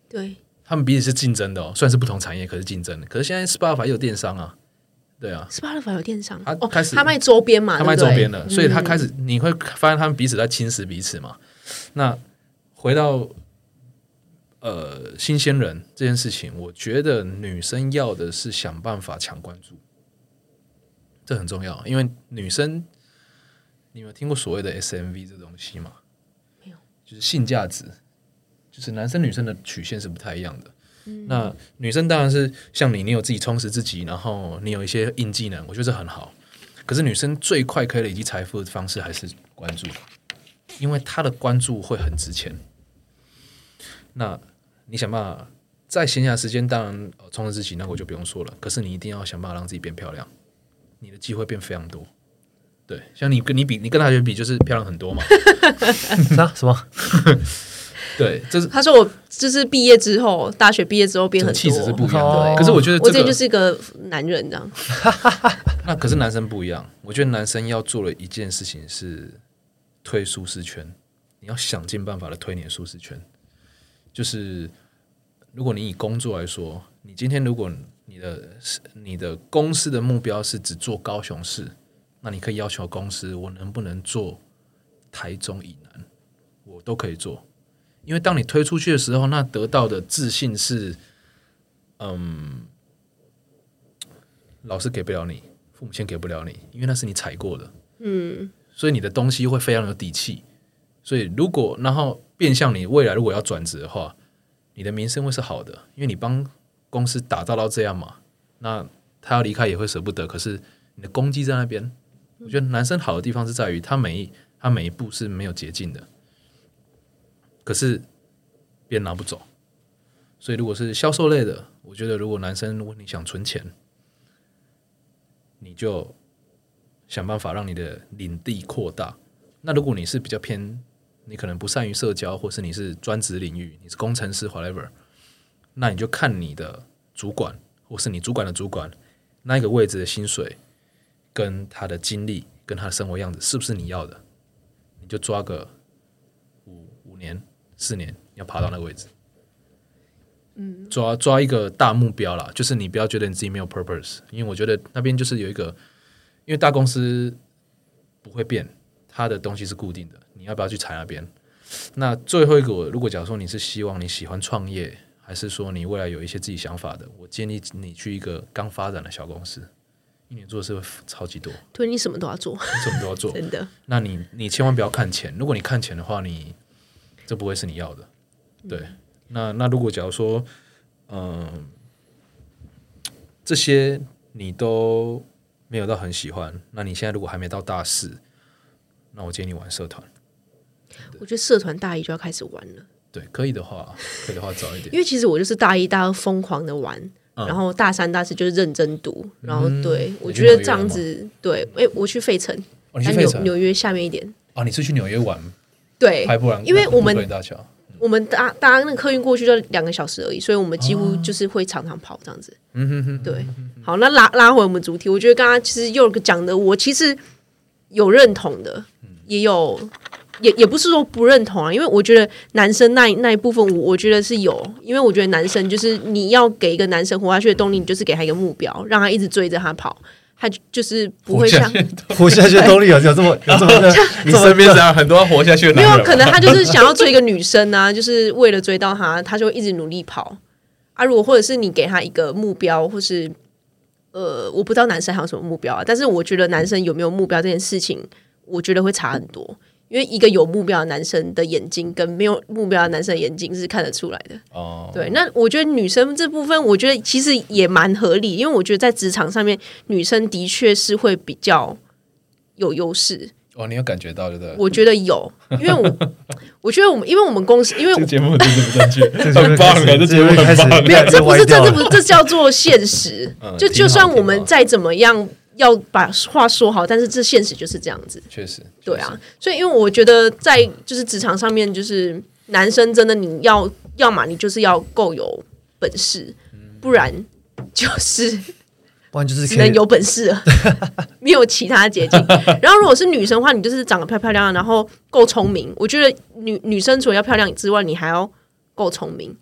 S2: 对，
S1: 他们彼此是竞争的哦，虽然是不同产业，可是竞争的。可是现在 Spotify 也有电商啊，对啊，
S2: Spotify 有电商
S1: 他
S2: 哦，
S1: 开始
S2: 他卖周边嘛，
S1: 他卖
S2: 对
S1: 周
S2: 不对嗯
S1: 边了，所以他开始你会发现他们彼此在侵蚀彼此嘛。那回到呃新鲜人这件事情，我觉得女生要的是想办法抢关注，这很重要，因为女生，你们听过所谓的 SMV 这东西吗？
S2: 没有，
S1: 就是性价值，就是男生女生的曲线是不太一样的。
S2: 嗯
S1: 那女生当然是像你，你有自己充实自己，然后你有一些硬技能，我觉得这很好。可是女生最快可以累积财富的方式还是关注，因为她的关注会很值钱。那你想办法在闲暇时间，当然呃充实自己，那我就不用说了。可是你一定要想办法让自己变漂亮，你的机会变非常多。对，像你跟你比，你跟大学比就是漂亮很多嘛。
S3: 啥什么？
S1: 对，这是
S2: 他说我就是毕业之后，大学毕业之后 变很多，
S1: 气质是不一样的。
S3: 对
S1: 可是我觉得这
S2: 我之前
S1: 个
S2: 就是一个男人这样，
S1: 那可是男生不一样，我觉得男生要做的一件事情是推舒适圈，你要想尽办法的推你的舒适圈。就是如果你以工作来说，你今天如果你的你的公司的目标是只做高雄市，那你可以要求公司我能不能做台中以南，我都可以做。因为当你推出去的时候，那得到的自信是，嗯，老师给不了你，父母亲给不了你，因为那是你踩过的，嗯，所以你的东西会非常有底气。所以如果然后变相你未来如果要转职的话，你的名声会是好的，因为你帮公司打造到这样嘛，那他要离开也会舍不得，可是你的功绩在那边。我觉得男生好的地方是在于他每一他每一步是没有捷径的，可是别人拿不走。所以如果是销售类的，我觉得如果男生如果你想存钱，你就想办法让你的领地扩大。那如果你是比较偏，你可能不善于社交，或是你是专职领域，你是工程师 whatever，那你就看你的主管或是你主管的主管那一个位置的薪水，跟他的经历，跟他的生活样子是不是你要的，你就抓个五五年、四年，你要爬到那个位置。抓抓一个大目标啦，就是你不要觉得你自己没有 purpose，因为我觉得那边就是有一个，因为大公司不会变，它的东西是固定的，你要不要去踩那边？那最后一个，我如果假如说你是希望你喜欢创业，还是说你未来有一些自己想法的，我建议你去一个刚发展的小公司，一年做的事会超级多，你
S2: 对你什么都要做，，
S1: 什么都要做
S2: 真的。
S1: 那你你千万不要看钱，如果你看钱的话，你这不会是你要的。对，那那如果假如说，嗯、这些你都没有到很喜欢，那你现在如果还没到大四，那我建议你玩社团。
S2: 我觉得社团大一就要开始玩了，
S1: 对，可以的话， 可以的话早一
S2: 因
S1: 点。
S2: 为其实我就是大一、大二疯狂的玩，
S1: 嗯
S2: 然后大三、大四就是认真读，然后对我觉得这样子，对，哎，我去费城，
S1: 哦，你
S2: 在
S1: 去费
S2: 纽
S1: 城
S2: 纽约下面一点，
S1: 哦，你是去纽约玩
S2: 对，
S1: 拍布兰，
S2: 因为我们
S1: 布兰大桥。
S2: 我们搭搭那个客运过去就两个小时而已，所以我们几乎就是会常常跑这样子。
S1: 哦嗯哼哼，
S2: 对，好，那拉拉回我们主题，我觉得刚刚其实又有个讲的，我其实有认同的，
S1: 嗯
S2: 也有也也不是说不认同啊，因为我觉得男生那一那一部分我，我觉得是有，因为我觉得男生就是你要给一个男生活下去的动力，你就是给他一个目标，让他一直追着他跑，他就就是不会像。
S3: 活下去的动力有有这么有这么 的？
S1: 你身边这样很多活下去的
S2: 没
S1: 男人
S2: 有，
S1: 吗
S2: 可能他就是想要追一个女生啊， 就是为了追到她，他就会一直努力跑啊。如果或者是你给他一个目标，或是呃，我不知道男生还有什么目标啊，但是我觉得男生有没有目标这件事情，我觉得会差很多。因为一个有目标的男生的眼睛跟没有目标的男生的眼睛是看得出来的。
S1: 哦，
S2: 对，那我觉得女生这部分，我觉得其实也蛮合理，因为我觉得在职场上面，女生的确是会比较有优势。
S1: 哦，你有感觉到对不对？
S2: 我觉得有，因为我我觉得我们，因为我们公司，因为
S1: 这个节目 很正不正确？
S3: 就
S1: 很棒啊，这节目
S3: 开
S1: 很
S3: 始
S1: 棒。
S2: 没有，这不是这这不
S3: 是
S2: 是这叫做现实。
S1: 嗯
S2: 就
S1: 挺
S2: 就
S1: 好
S2: 算我
S1: 挺
S2: 们
S1: 好
S2: 再怎么样要把话说好，但是这现实就是这样子。
S1: 确实，
S2: 对啊，所以因为我觉得在就是职场上面，就是男生真的你要要么你就是要够有本事，
S1: 嗯
S2: 不然就是。
S3: 不然就是
S2: 只
S3: 可
S2: 能
S3: 以
S2: 有本事 了，没有其他捷径。然后如果是女生的话，你就是长得漂漂亮亮，然后够聪明。我觉得女女生除了要漂亮之外，你还要够聪明，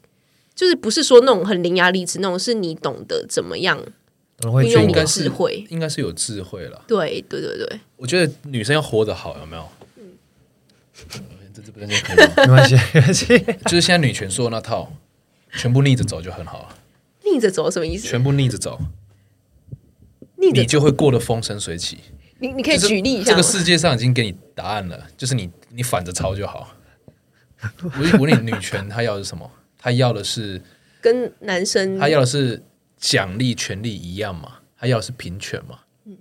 S2: 就是不是说那种很伶牙俐齿那种，是你懂得怎么样
S3: 可能会
S2: 运用
S3: 觉
S2: 你
S3: 得
S2: 的
S1: 该是
S2: 智慧。
S1: 应该是有智慧了。
S2: 对对对对，
S1: 我觉得女生要活得好，有没有？这这不正确，可以吗
S3: 没关系，没关系。
S1: 就是现在女权说的那套，全部逆着走就很好了，
S2: 逆着走什么意思？
S1: 全部逆着走，
S2: 逆着
S1: 你就会过得风生水起。
S2: 你你可以
S1: 就是
S2: 举例一下
S1: 这
S2: 吗
S1: 个？世界上已经给你答案了，就是你你反着抄就好。无无论女权，她要的是什么？她要的是
S2: 跟男生
S1: 她要的是奖励权利一样嘛？她要的是平权嘛？
S2: 嗯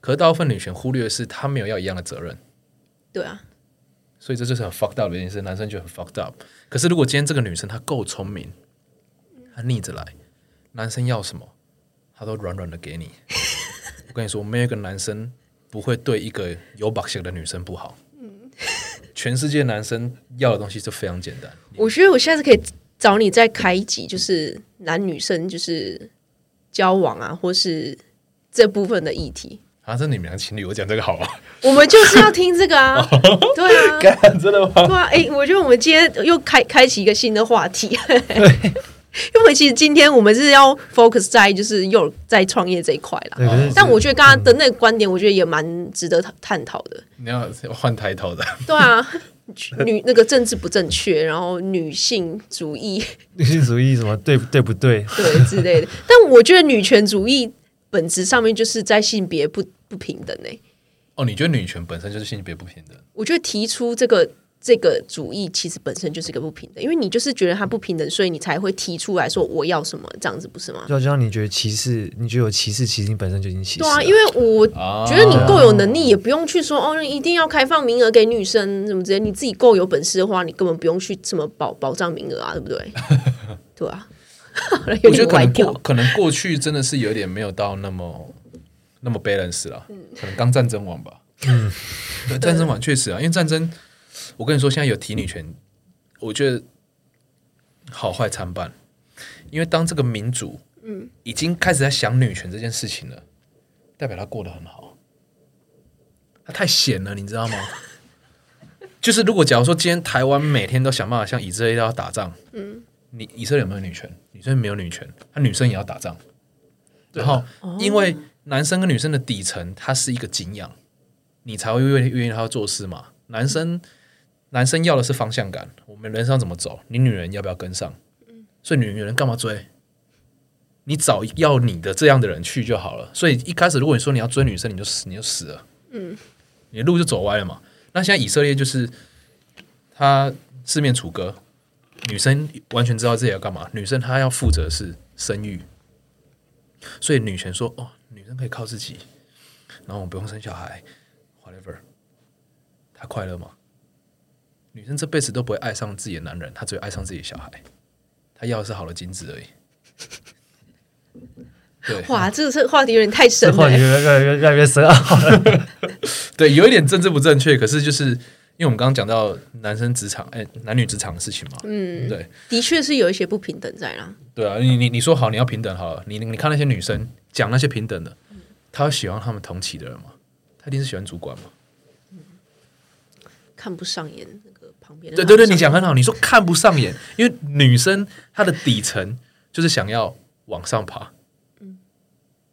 S1: 可是大部分女权忽略的是，她没有要一样的责任，
S2: 对啊，
S1: 所以这就是很 fucked up 的一件事。男生就很 fucked up。可是如果今天这个女生她够聪明，她逆着来，男生要什么，她都软软的给你。我跟你说，没有一个男生不会对一个有把型的女生不好。全世界男生要的东西是非常简单。
S2: 我觉得我下次可以找你再开一集，就是男女生就是交往啊，或是这部分的议题，
S1: 啊，这你们俩情侣，我讲这个好吗？
S2: 我们就是要听这个 啊，对啊，
S1: 哦真的吗？
S2: 对啊，哎、我觉得我们今天又开开启一个新的话题。 因为其实今天我们是要 focus 在就是又在创业这一块啦，
S3: 对，可是
S2: 但我觉得刚刚的那个观点，我觉得也蛮值得探讨的。
S1: 你要换抬头的，
S2: 对 啊，女那个政治不正确，然后女性主义
S3: 女性主义什么对对不对？
S2: 对之类的，但我觉得女权主义本质上面就是在性别不不平等呢、欸
S1: 哦，你觉得女权本身就是性别不平等？
S2: 我觉得提出这个这个主义，其实本身就是一个不平等，因为你就是觉得它不平等，所以你才会提出来说我要什么，这样子不是吗？
S3: 就就像你觉得歧视，你觉得有歧视，其实你本身就已经歧视
S2: 对
S3: 了。
S2: 啊，因为我
S1: 啊
S2: 觉得你够有能力，也不用去说哦，一定要开放名额给女生什么之类。你自己够有本事的话，你根本不用去什么保保障名额啊，对 不对？对啊， 有
S1: 我觉得
S2: 点
S1: 可
S2: 歪
S1: 能
S2: 掉
S1: 过。可能过去真的是有点没有到那么那么 balance 啦，可能刚战争网吧。嗯，战争网确实啊，因为战争，我跟你说，现在有提女权，我觉得好坏参半，因为当这个民主嗯已经开始在想女权这件事情了，代表他过得很好，他太闲了，你知道 吗？就是如果假如说今天台湾每天都想办法像以色列要打仗，你以色列有没有女权？以色列没有女权，他女生也要打仗。然后，因为男生跟女生的底层，它是一个敬仰，你才会愿愿意他做事嘛。男生男生要的是方向感，我们人生要怎么走，你女人要不要跟上？所以女人干嘛追？你找要你的这样的人去就好了。所以一开始如果你说你要追女生，你就死你就死了，嗯，你的路就走歪了嘛。那现在以色列就是他四面楚歌，女生完全知道自己要干嘛，女生她要负责的是生育，所以女权说哦，女生可以靠自己，然后我不用生小孩，whatever，她快乐吗？女生这辈子都不会爱上自己的男人，她只会爱上自己的小孩，她要的是好的精子而已。对
S2: 哇，这个这个话题有点太深
S3: 这
S2: 了、
S3: 话 题越来越越来越深啊奥了。
S1: 对，有一点政治不正确，可是就是因为我们刚刚讲到男生职场，哎、男女职场的事情嘛，嗯，对。
S2: 的确是有一些不平等在啦。
S1: 对啊，你你你说好你要平等好了，你你你看那些女生讲那些平等的，她会喜欢他们同期的人吗？她一定是喜欢主管嘛？
S2: 看不上眼那个旁边的
S1: 对
S2: 老师。
S1: 对对，你讲很好，你说看不上眼，因为女生她的底层就是想要往上爬，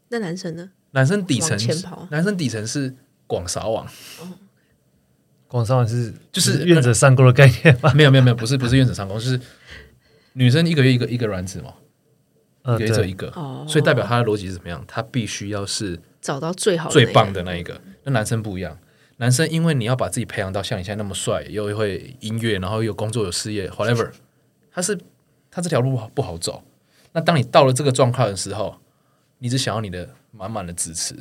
S2: 那男生呢？
S1: 男生底层
S2: 往前跑
S1: 男生底层是广撒网，
S3: 广上是
S1: 就是
S3: 愿者上钩的概念 嘛？
S1: 没有没有没有，不是不是愿者上钩，就是女生一个月一个一个卵子嘛，
S3: 呃，
S1: 一个月只有一
S3: 对，
S1: 个，
S2: 哦
S1: 所以代表她的逻辑是怎么样？她必须要是
S2: 找到最好的那
S1: 最
S2: 个
S1: 棒的那一个。那男生不一样，男生因为你要把自己培养到像你现在那么帅，又会音乐，然后又有工作有事业，whatever，他是他这条路不好不好走。那当你到了这个状况的时候，你只想要你的满满的支持，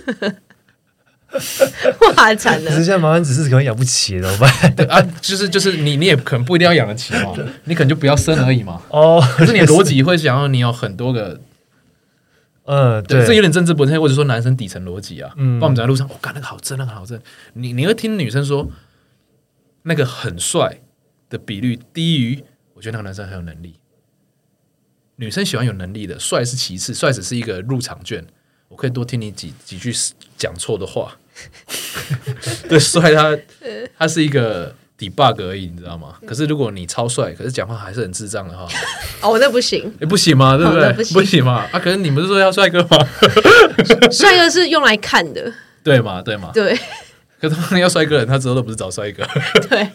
S2: 哇，惨
S3: 只是
S2: 了！
S3: 现在麻烦只是可能养不起怎 么办？
S1: 对啊，就是就是你你也可能不一定要养得起嘛，你可能就不要生而已嘛。
S3: 哦，
S1: 可是你的逻辑会想要你有很多个，
S3: 嗯，
S1: 对，这有
S3: 对，
S1: 点政治不正确，或者说男生底层逻辑啊。嗯，不然我们走在路上，我、哦、干那个好正，那个好正。你你会听女生说，那个很帅的比率低于，我觉得那个男生很有能力。女生喜欢有能力的，帅是其次，帅只是一个入场券。我可以多听你几几句讲错的话。 对，帅他他是一个 debug 而已，你知道
S2: 嗯
S1: 吗？可是如果你超帅，可是讲话还是很智障的话，
S2: 哦，那不行，
S1: 也不行嘛，对不
S2: 好
S1: 对
S2: 那？不行
S1: 不行嘛啊！可是你不是说要帅哥吗？
S2: 帅哥是用来看 的，
S1: 对嘛，对嘛。
S2: 对
S1: 可是他们要帅哥的人， 他之后都不是找帅哥，
S2: 对。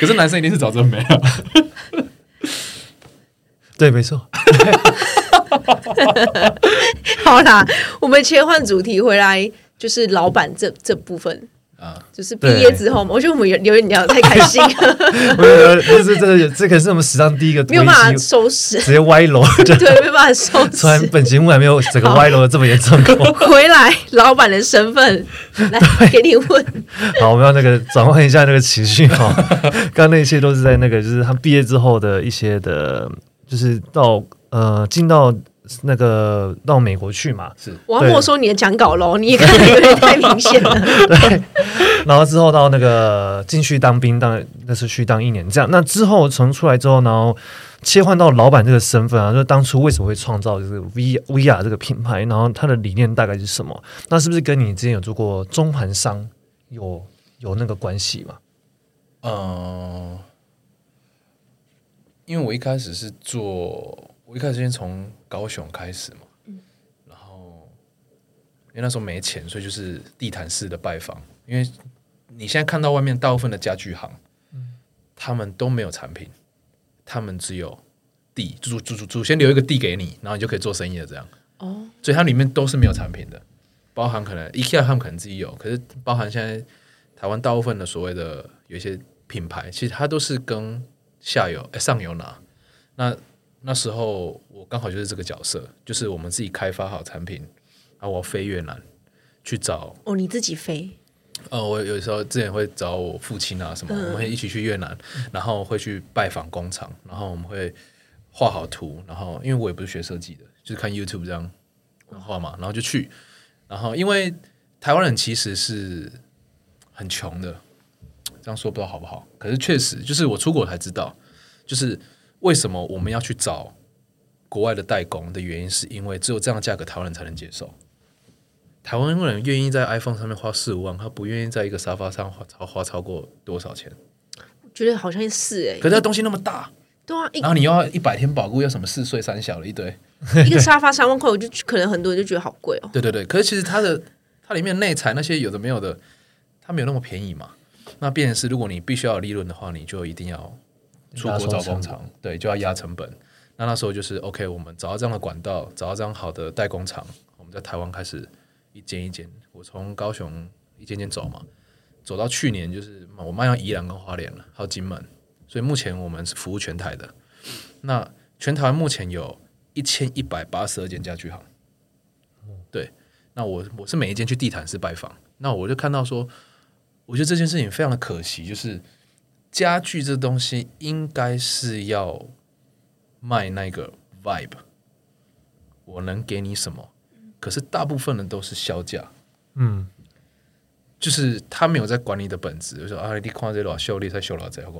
S1: 可是男生一定是找真美啊。
S3: 对，没错，
S2: 好啦，我们切换主题回来，就是老板这这部分。
S1: 啊
S2: 就是毕业之后嘛，我觉得我们有有点聊得太开 心 了，
S3: 我觉得这是这个这可是我们史上第一个
S2: 没有办法
S3: 危机
S2: 收拾，
S3: 直接歪楼， 就
S2: 对，没有办法收
S3: 突然
S2: 拾。
S3: 本节目还没有整个歪楼的这么严重过。
S2: 回来，老板的身 份来给你问，
S3: 好，我们要那个转换一下那个情绪哈。刚刚那一切都是在那个，就是他毕业之后的一些的，就是到呃进到那个到美国去嘛，
S2: 我要
S3: 对
S2: 没收你的讲稿喽，你也看得有点太明 显了。
S3: 然后之后到那个进去当兵，当那是去当一年这样。那之后从出来之后，然后切换到老板这个身份啊，就是当初为什么会创造就是 V V R 这个品牌，然后它的理念大概是什么？那是不是跟你之前有做过中盘商有有那个关系嘛？
S1: 呃，因为我一开始是做，我一开始先从高雄开始嘛，然后因为那时候没钱，所以就是地毯式的拜访。因为你现在看到外面大部分的家具行，他们都没有产品，他们只有地，主主主主先留一个地给你，然后你就可以做生意了，这样。
S2: 哦，
S1: 所以它里面都是没有产品的，包含可能 IKEA 他们可能自己有，可是包含现在台湾大部分的所谓的有一些品牌，其实它都是跟下游、哎上游拿。那那时候我刚好就是这个角色，就是我们自己开发好产品，然后我要飞越南去找
S2: 哦，你自己飞，
S1: 呃，我有时候之前会找我父亲啊什么，我们会一起去越南，然后会去拜访工厂，然后我们会画好图，然后因为我也不是学设计的，就是看 YouTube 这样画嘛，然后就去，然后因为台湾人其实是很穷的，这样说不知道好不好，可是确实就是我出国才知道，就是为什么我们要去找国外的代工的原因，是因为只有这样的价格台湾人才能接受。台湾人愿意在 iPhone 上面花四五万，他不愿意在一个沙发上花超花超过多少钱？
S2: 我觉得好像是哎、
S1: 可是它东西那么大，
S2: 对 啊，一
S1: 然后你又要一百天保固，要什么四岁三小的一堆。
S2: 一个沙发三万块，我就可能很多人就觉得好贵哦。
S1: 对对对，可是其实它的它里面内材那些有的没有的，它没有那么便宜嘛。那变成是，如果你必须要有利润的话，你就一定要出国找工厂，对，就要压成本。那那时候就是 OK，我们找到这样的管道，找到这样好的代工厂，我们在台湾开始一间一间，我从高雄一间间走嘛，走到去年就是我迈向宜兰跟花莲了，还有金门，所以目前我们是服务全台的。那全台湾目前有一千一百八十二间家具行，对，那我我是每一间去地毯式拜访，那我就看到说，我觉得这件事情非常的可惜，就是家具这东西应该是要卖那个 vibe，我能给你什么？可是大部分人都是销价，
S3: 嗯，
S1: 就是他没有在管你的本质，就说啊，你看这老秀丽才秀老这个，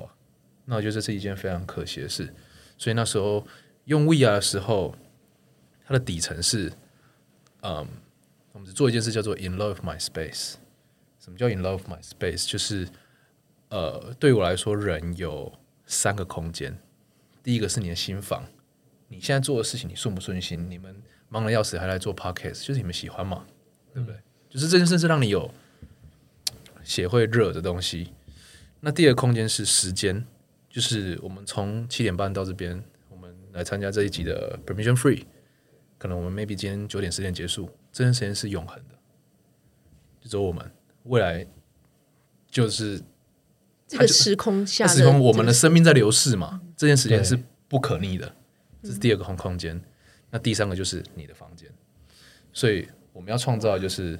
S1: 那我觉得这是一件非常可惜的事。所以那时候用 VR 的时候，它的底层是，嗯，我们只做一件事叫做 in love my space。什么叫 in love my space？就是呃，对我来说，人有三个空间，第一个是你的心房，你现在做的事情你顺不顺心？你们忙得要死还来做 podcast，就是你们喜欢嘛，对不对？就是这件事是让你有血会热的东西。那第二个空间是时间，就是我们从七点半到这边，我们来参加这一集的 Permission Free，可能我们 maybe 今天九点十点结束，这段时间是永恒的，就只有我们未来就是
S2: 这个时空下
S1: 那
S2: 的，
S1: 时空我们的生命在流逝嘛，这件事情
S3: 对
S1: 是不可逆的。这是第二个空空间，那第三个就是你的房间。所以我们要创造的就是，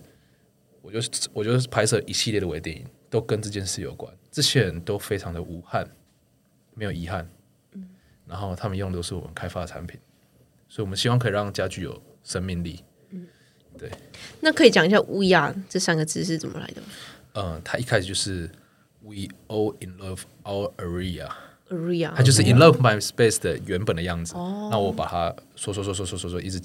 S1: 我就是我就是拍摄一系列的微电影，都跟这件事有关。这些人都非常的无憾，没有遗憾，然后他们用的都是我们开发的产品，所以我们希望可以让家具有生命力。
S2: 那可以讲一下乌鸦这三个字是怎么来的吗
S1: 嗯，它一开始就是 We all in love our area。
S2: ？Aria，
S1: 它就是
S3: 哦
S1: In Love My Space 的原本的样子。那我把它说说说说说说说，一直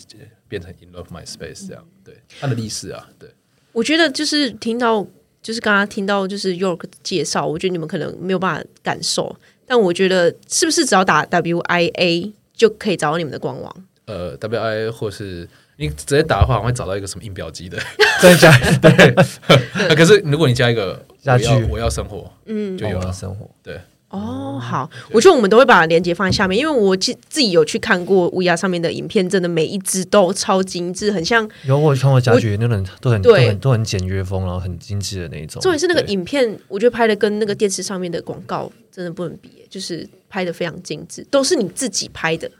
S1: 变成 In Love My Space 这样。对，它的历史啊，对，
S2: 我觉得就是听到，就是刚刚听到就是 York 的介绍，我觉得你们可能没有办法感受，但我觉得是不是只要打 WIA 就可以找到你们的官网？
S1: 呃，WI 或是你直接打的话，好像会找到一个什么印表机的。
S3: 真的假的？
S1: 可是如果你加一个
S3: 家
S1: 我
S3: 具哦
S1: 要我要生活，嗯，就有
S3: 我的
S1: 了。
S3: 生活。
S1: 对，
S2: 哦，好，我觉得我们都会把链接放在下面，因为我自自己有去看过乌鸦上面的影片，真的每一只都超精致，很像。
S3: 有我看过家具，那种都很都
S2: 对
S3: 很都很简约风，然后很精致的那一种。
S2: 重点是那个
S3: 对
S2: 影片，我觉得拍的跟那个电视上面的广告真的不能比耶，就是拍的非常精致，都是你自己拍的。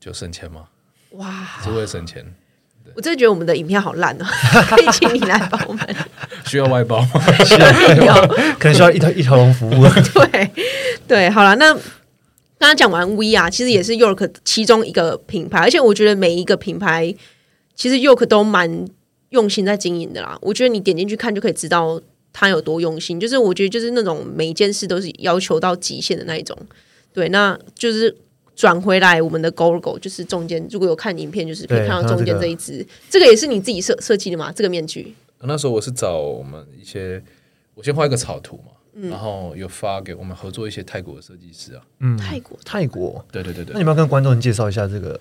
S1: 就省钱嘛，
S2: 哇，
S1: 只为了省钱，
S2: 我真的觉得我们的影片好烂哦， 可以请你来帮我们
S1: 需要外包吗？
S2: 聊。
S3: 可能需要 一条一条龙服务。
S2: 对对，好了，那刚刚讲完 VR，其实也是 York 其中一个品牌，而且我觉得每一个品牌其实 York 都蛮用心在经营的啦。我觉得你点进去看就可以知道他有多用心，就是我觉得就是那种每一件事都是要求到极限的那一种。对，那就是。转回来，我们的 GoGo 就是中间，如果有看影片，就是可以
S3: 对
S2: 看到
S3: 看到
S2: 中间
S3: 这
S2: 这
S3: 个
S2: 一只，这个也是你自己设设计的嘛？这个面具，
S1: 那时候我是找我们一些，我先画一个草图嘛，然后有发给我们合作一些泰国的设计师啊，
S3: 嗯，
S2: 泰国
S3: 泰国，
S1: 对对对对
S3: 那，你们要跟观众介绍一下这个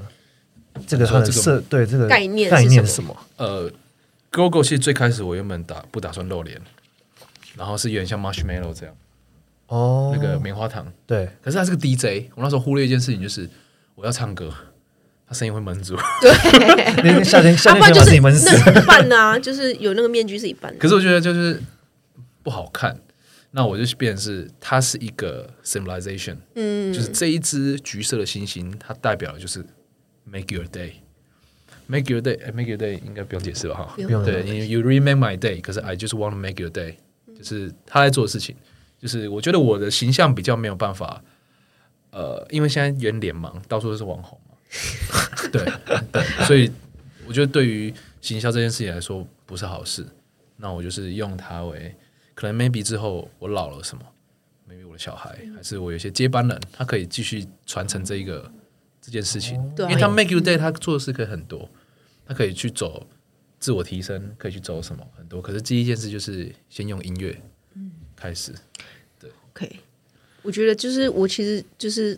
S3: 这个
S1: 你说
S3: 它的
S1: 啊这个
S3: 设对这个
S2: 概念是
S3: 概念是
S2: 什
S3: 什么？
S1: 呃，GoGo 其实最开始我原本打不打算露脸，然后是有点像 Marshmallow 这样、
S3: 哦，
S1: 那个棉花糖，
S3: 对，
S1: 可是他是个 DJ，我那时候忽略一件事情，就是我要唱歌，他声音会闷住。
S3: 那天夏天 夏
S2: 啊，不然
S3: 天先
S2: 就
S3: 把自
S2: 是
S3: 己闷死。
S2: 那是一半啊， 就是有那个面具是一半、啊。
S1: 可是我觉得就是不好看，那我就变成是它是一个 symbolization，嗯，就是这一只橘色的星星，它代表的就是 make your day，make your day，make your day 应该不用解释吧哈，
S3: 用
S1: 对，you you remake my day，可是 I just want to make your day，就是他在做的事情，就是我觉得我的形象比较没有办法，呃，因为现在圆脸盲，到处都是网红嘛，对对，所以我觉得对于行销这件事情来说不是好事。那我就是用它为，可能 maybe 之后我老了什么，maybe 我的小孩，还是我有一些接班人，他可以继续传承这一个这件事情，
S2: 对啊
S1: 因为他 make you day，他做的事可以很多，他可以去走自我提升，可以去走什么很多。可是第一件事就是先用音乐开始，
S2: OK，我觉得就是我其实就是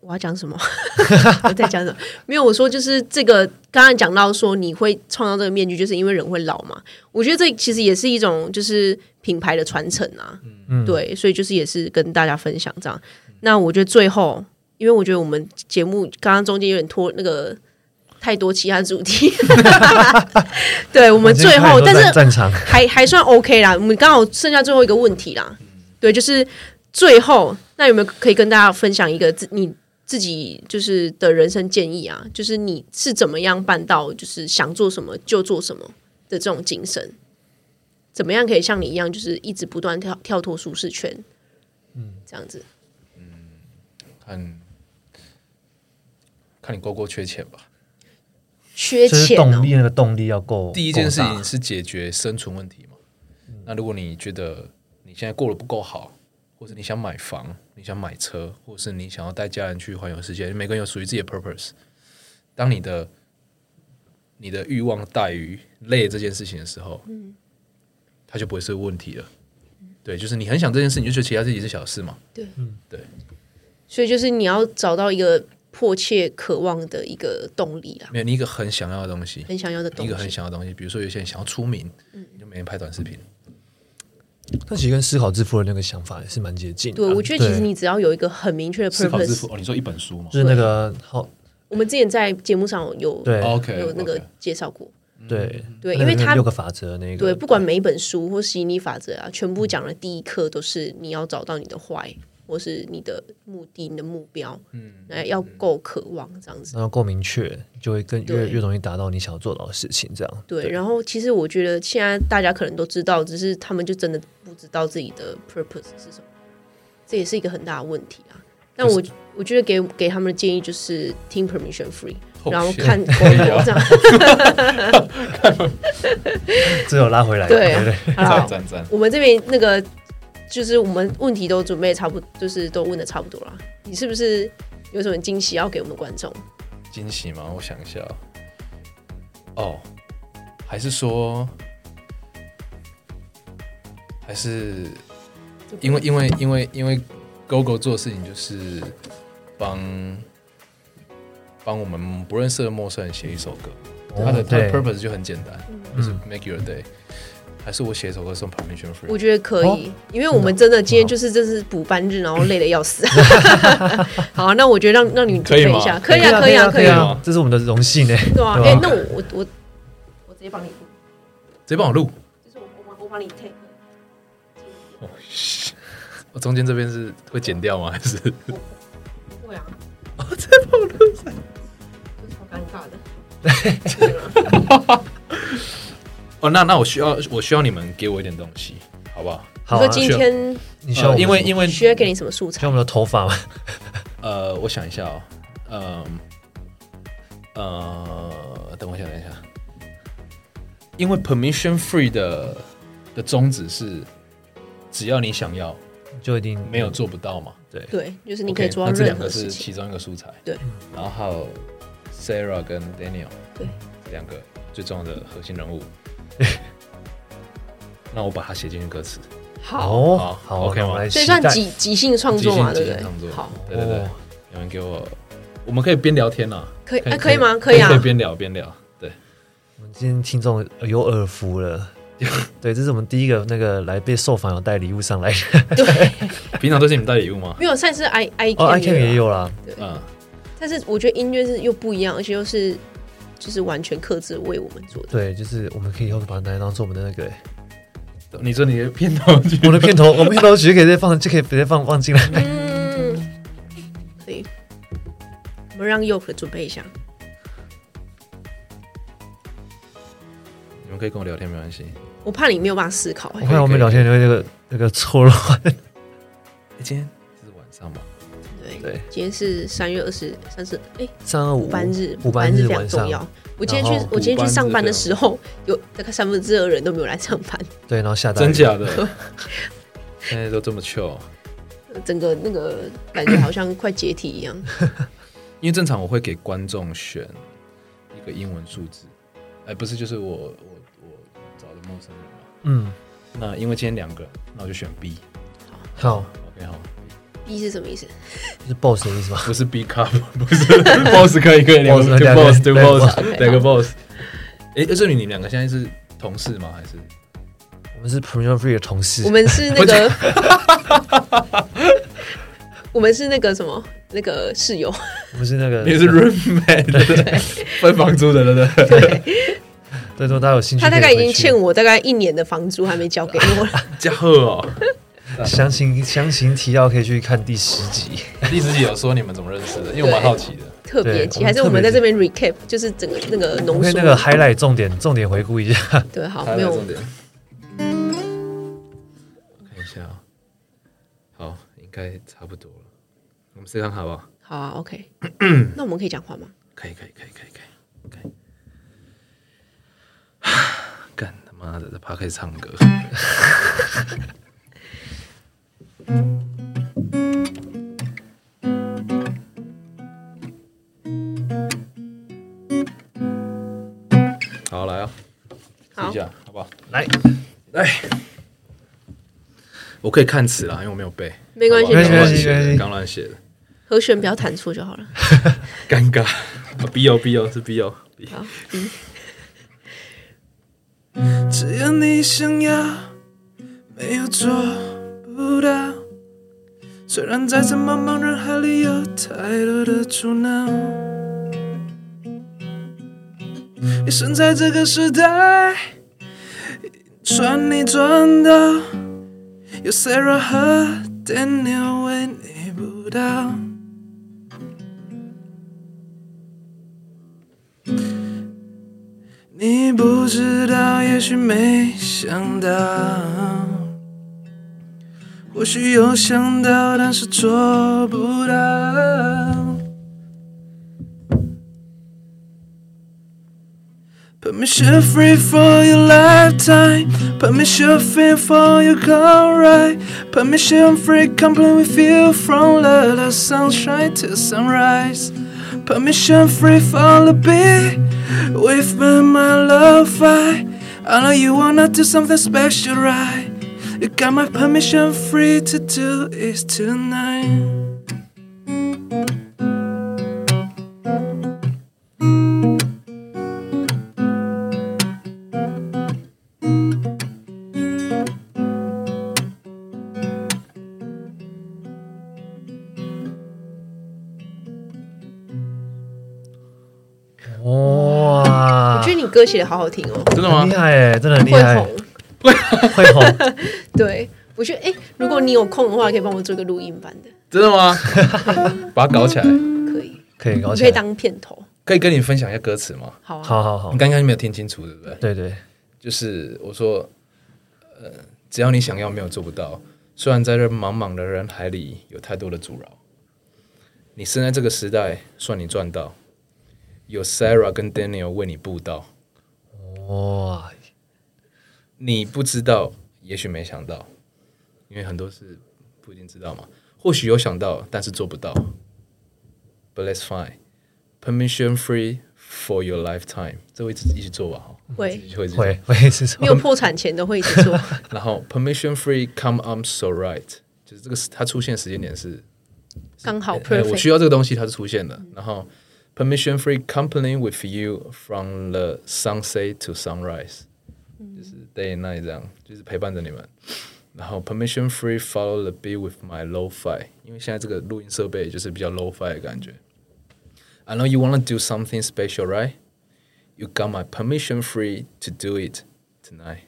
S2: 我要讲什么， 我在讲什么？没有，我说就是这个刚刚讲到说你会创造这个面具，就是因为人会老嘛。我觉得这其实也是一种就是品牌的传承啊，
S3: 嗯
S2: 对，所以就是也是跟大家分享这样。那我觉得最后，因为我觉得我们节目刚刚中间有点拖那个。太多其他主 题，对我
S3: 我
S2: 们最 后，但是
S3: 战场
S2: 还还算 OK 啦。我们刚好剩下最后一个问题啦，对，就是最后那有没有可以跟大家分享一个自你自己就是的人生建议啊？就是你是怎么样办到就是想做什么就做什么的这种精神？怎么样可以像你一样，就是一直不断跳跳脱舒适圈？嗯，这样子
S1: 看看你够不够缺钱吧。
S2: 缺
S3: 就是
S2: 钱
S3: 动
S2: 哦、
S3: 力那个动力要够。
S1: 第一件事
S3: 够
S1: 情
S3: 大
S1: 是解决生存问题嘛。那如果你觉得你现在过得不够好，或者你想买房、你想买车，或是你想要带家人去环游世界，每个人有属于自己的 purpose。当你的你的欲望大于累这件事情的时候，它就不会是问题了。对，就是你很想这件事，你就觉得其他事情是小事嘛。
S2: 所以就是你要找到一个迫切渴望的一个动力啦，
S1: 没有你一个很想要的东西，
S2: 很想要的东
S1: 一
S2: 西
S1: 个。很想要的东西，比如说有些人想要出名，
S2: 嗯
S1: 你就每天拍短视频。
S3: 但其实跟思考致富的那个想法也是蛮接近的。
S2: 对，我觉得其实
S3: 对
S2: 你只要有一个很明确的
S1: 啊思考致
S2: purpose，
S1: 富哦，你说一本书嘛
S3: 就是那个好
S2: 我们之前在节目上有
S3: 对
S1: ？OK，
S2: 有那
S1: OK
S2: 个介绍过，
S3: 对
S2: 对，因
S3: 那个
S2: 为
S3: 那
S2: 他
S3: 六个法则那个
S2: 对不管每一本书或吸引力法则啊，全部讲的第一课都是你要找到你的坏，或是你的目的、你的目标，嗯，那要够渴望这样子。
S3: 然后够明确，就会更越
S2: 对
S3: 越容易达到你想要做到的事情。这样
S2: 对，然后其实我觉得现在大家可能都知道，只是他们就真的不知道自己的 purpose 是什么，这也是一个很大的问题啊。但我我觉得给给他们的建议就是听 permission free，
S1: Oh,
S2: 然后
S1: shit
S2: 看 Google 这样，
S3: 最后拉回来，
S2: 对
S3: 对对，
S2: 好啦
S1: 赞赞！
S2: 我们这边那个就是我们问题都准备差不，就是都问的差不多了。你是不是有什么惊喜要给我们观众？
S1: 惊喜吗？我想一下。哦，还是说，还是因为因为因为因为 GoGo 做的事情就是帮帮我们不认识的陌生人写一首歌，他的
S3: 哦
S1: 他的
S3: 对
S2: 嗯
S1: purpose 就很简单，就是 make your day。还是我写一首歌送 Permission Free？
S2: 我觉得可以，
S3: 哦
S2: 因为我们真的今天就是真是补班日，然后累得要死。 好，那我觉得让让你准
S1: 可以
S2: 备
S1: 吗
S2: 一下，可以啊，可以啊，可以
S1: 以啊
S2: 啊，
S1: 啊
S3: 这是我们的荣幸哎，
S2: 对啊。
S3: 对
S2: 哎
S3: 啊，
S2: 那我我我我直接帮你录，
S1: 直接帮我录。
S2: 就是我我我帮你 take，
S1: 我中间这边是会剪掉吗？还是
S2: 不 会啊，我在帮我录超尴尬的。
S1: 哦？那那我需要我需要你们给我一点东西，好不好？
S3: 好
S2: 你
S3: 啊，
S2: 说今
S1: 需要
S2: 天
S3: 你需要我
S1: 呃
S3: 们
S1: 因为
S3: 什么
S1: 因为
S2: 需要给你什么素
S3: 需要
S2: 材？
S3: 我们的头发吗？
S1: 呃，我想一下哦，嗯、呃，等我一下，等一下，因为 permission free 的的宗旨是，只要你想要，
S3: 就一定
S1: 没有做不到嘛。
S3: 对
S2: 对，就是嗯你可以
S1: OK，
S2: 做到
S1: 那这
S2: 任
S1: 两
S2: 何
S1: 个
S2: 事
S1: 是
S2: 情。
S1: 其中一个素材。
S2: 对，
S1: 然后还有 Sarah 跟 Daniel，
S2: 对，
S1: 两个最重要的核心人物。 那我把它写进去歌词。
S2: 好，
S3: 好
S1: 好
S3: 好
S1: OK
S3: 那我
S1: 吗
S3: 来
S2: 所以
S3: 期
S2: 算
S3: 待
S2: 即即兴创作嘛，
S1: 即
S2: 对
S1: 兴即兴创
S2: 不对？
S1: 作
S2: 好，
S1: 对对对
S3: 哦，
S1: 有人给我，我们可以边聊天啦。
S2: 可以，哎，可以吗？可以啊
S1: 可以，边聊边聊。对，
S3: 我们今天听众有耳 福了。对，这是我们第一个那个来被受访有带礼物上来的，
S2: 对，
S1: 平常都是你们带礼物吗？
S2: 没有上次 I I
S3: 哦
S2: Can
S3: ，iCam 也有啦，
S1: 嗯，
S2: 但是我觉得音乐是又不一样，而且又是就是完全克制为我们做的。
S3: 对，就是我们可以以后把它当做我们的那个、欸
S1: 你说你的片头曲，
S3: 我们的片头，我们片头曲可以再放，就可以直接放放 进来。
S2: 嗯，可以。我们让 Yoke 准备一下，
S1: 你们可以跟我聊天没关系。
S2: 我怕你没有办法思考、
S3: 我
S2: 哎
S3: 看我们聊天就会那个那个错乱，
S1: 诶哎今天是晚上吧？
S2: 对，
S3: 对
S2: 今天是三月二十三十，哎，
S3: 三二五
S2: 补班日，
S3: 补班
S2: 日非
S3: 日
S2: 常
S3: 晚
S2: 重
S3: 上，
S2: 要。我今天去
S3: 然后，
S2: 我今天
S1: 补班
S2: 去
S1: 日
S2: 上班的
S1: 非常
S2: 时候，有大概三分之二人都没有来上班，
S3: 对，然后下大雨
S1: 真假 的？现在都这么 chill，
S2: 整个那个感觉好像快解体一样。
S1: 因为正常我会给观众选一个英文数字，哎、不是，就是我我我找的陌生人嘛。
S3: 嗯，
S1: 那因为今天两个，那我就选 B。
S3: 好，
S1: OK 好，
S2: B 是什么意思？
S3: 就是 boss 的意思吧？
S1: 不是 B cup，不 是 boss 可以可以两个
S3: Boss，两个
S1: boss 对
S3: 对
S1: boss
S2: 对
S1: 两个 boss。哎、这里你们两个现在是同事吗？还是
S3: 我们是 Premium Free 的同事
S2: 我，们是那个， 我们是那个什么，那个室 友。
S3: 我们是那个，
S1: 你是 roommate 对不对？分房租的对不对？
S2: 对，
S3: 对，如果大家有兴趣，
S2: 他大概已经欠
S3: 我。
S2: 我大概一年的房租还没交给 我了。
S1: 加贺哦，
S3: 详情详情提要可以去看第十集，
S1: 第十集有说你们怎么认识的，因为我蛮好奇的。
S2: 特别
S3: 对
S2: 急，
S3: 我们
S2: 还是我们
S3: 特
S2: 在
S3: 别
S2: 这边 recap，就是整个那个
S3: 我
S2: 浓
S3: 们可以
S2: 缩
S3: 那。个 highlight 重点重点回顾一下。
S2: 对，好，
S1: 还
S2: 没有
S1: 重点。嗯看一下、啊，好，应该差不多了。我们试看好不好？
S2: 好啊，OK。那我 们可以讲话吗？
S1: 可以，可以，可以，可以，可以，可以。 干他妈的，在趴开始唱歌。 好，来啊、哦，试
S2: 好
S1: 一，下，好不好？
S3: 来，
S1: 来，我可以看词啦，因为我没有背，
S2: 没关系
S1: 好不好
S3: 没关系
S1: 刚乱写的
S3: 没关系
S1: 刚乱写的，
S2: 和弦不要弹错就好了。
S1: 尴尬，啊 B 哦 B 哦是 B 哦 B。
S2: 好，B，
S1: 只要你想要，没有做不到。虽然在这茫茫人海里有太多的阻挠，你身在这个时代，赚你赚到，有 Sarah 和 Daniel 为你补刀。你不知道，也许没想到，或许有想到，但是做不到。Permission free for your lifetime. Permission free for your car ride. Permission free, complete with you from the the sunshine to sunrise. Permission free for the beat. With me, my love fight. I know you wanna do something special, right? You got my permission free to do it tonight.
S2: 好
S3: 哇
S2: 我觉，得你歌写的好好听哦，
S1: 真的吗
S3: 很厉？害哎，真的很厉
S2: 会
S3: 害，
S2: 红。
S3: 会红，
S2: 对，我觉得哎、如果你有空的话，可以帮我做个录音版的，
S1: 真的吗？ 把它搞起来，
S2: 可以，
S3: 可 以搞
S2: 你
S3: 起
S2: 可以
S3: 来。
S2: 当片头。
S1: 可以跟你分享一下歌词吗？
S2: 好啊，
S3: 好好好
S1: 你，刚刚没有听清楚，对不对？
S3: 对对，
S1: 就是我说，呃，只要你想要，没有做不到。虽然在这茫茫的人海里有太多的阻挠，你生在这个时代，算你赚到。有 Sarah 跟 Daniel 为你布道，
S3: 哇，
S1: 你不知道，也许没想到，因为很多事不一定知道嘛。或许有想到，但是做不到。But that's fine. Permission free for your lifetime，这会一直一起做吧？哈，
S2: 会
S1: 一起会一直做
S3: 会 会是什
S2: 没
S3: 么
S2: 有？破产前都会一直做。
S1: 然后 permission free come I'm so right，就是这个它出现时间点是
S2: 刚好
S1: 哎我
S2: perfect，
S1: 需要这个东西，它是出现的。然后 permission free company with you from the sunset to sunrise，就是 day and night 这样，就是陪伴着你们。然后 permission free follow the beat with my low fi，因为现在这个录音设备就是比较 low fi 的感觉。I know you wanna do something special, right? You got my permission free to do it tonight.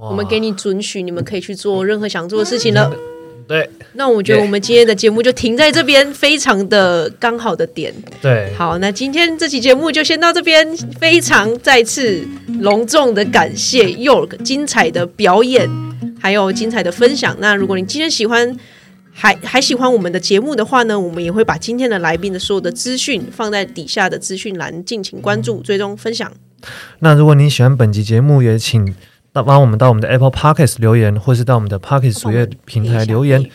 S2: 我们给你准许，你们可以去做任何想做的事情了。
S1: 嗯
S3: 对
S2: 那我
S1: 哎
S2: 觉得我们今天的节目就停在这边，非常的刚好的点。
S3: 对，
S2: 好，那今天这期节目就先到这边，非常再次隆重的感谢 York 精彩的表演，还有精彩的分享。那如果你今天喜欢。还还喜欢我们的节目的话呢，我们也会把今天的来宾的所有的资讯放在底下的资讯栏，敬请关注、追踪、分享。
S3: 那如果你喜欢本集节目，也请到帮我们到我们的 Apple Podcast 留言，或是到我们的 Podcast 主页平台留言，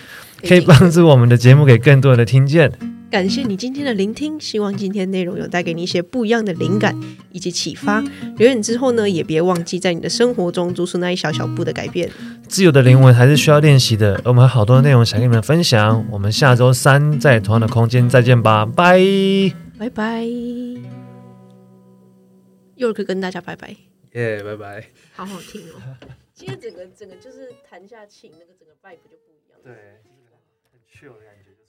S3: 可以帮助我们的节目给更多人的听见。
S2: 感谢你今天的聆听，希望今天内容有带给你一些不一样的灵感以及启发。留言之后呢，也别忘记在你的生活中做出那一小小步的改变。
S3: 自由的灵魂还是需要练习的，而我们还有好多内容想跟你们分享。我们下周三在同样的空间再见吧，拜。
S2: 拜拜，又可以跟大家拜拜，
S1: 耶，拜拜。
S2: 好好听哦。今天整个整个就是弹下琴，那个整个 vibe 就不一样。
S3: 对，很 chill 的感觉，就是。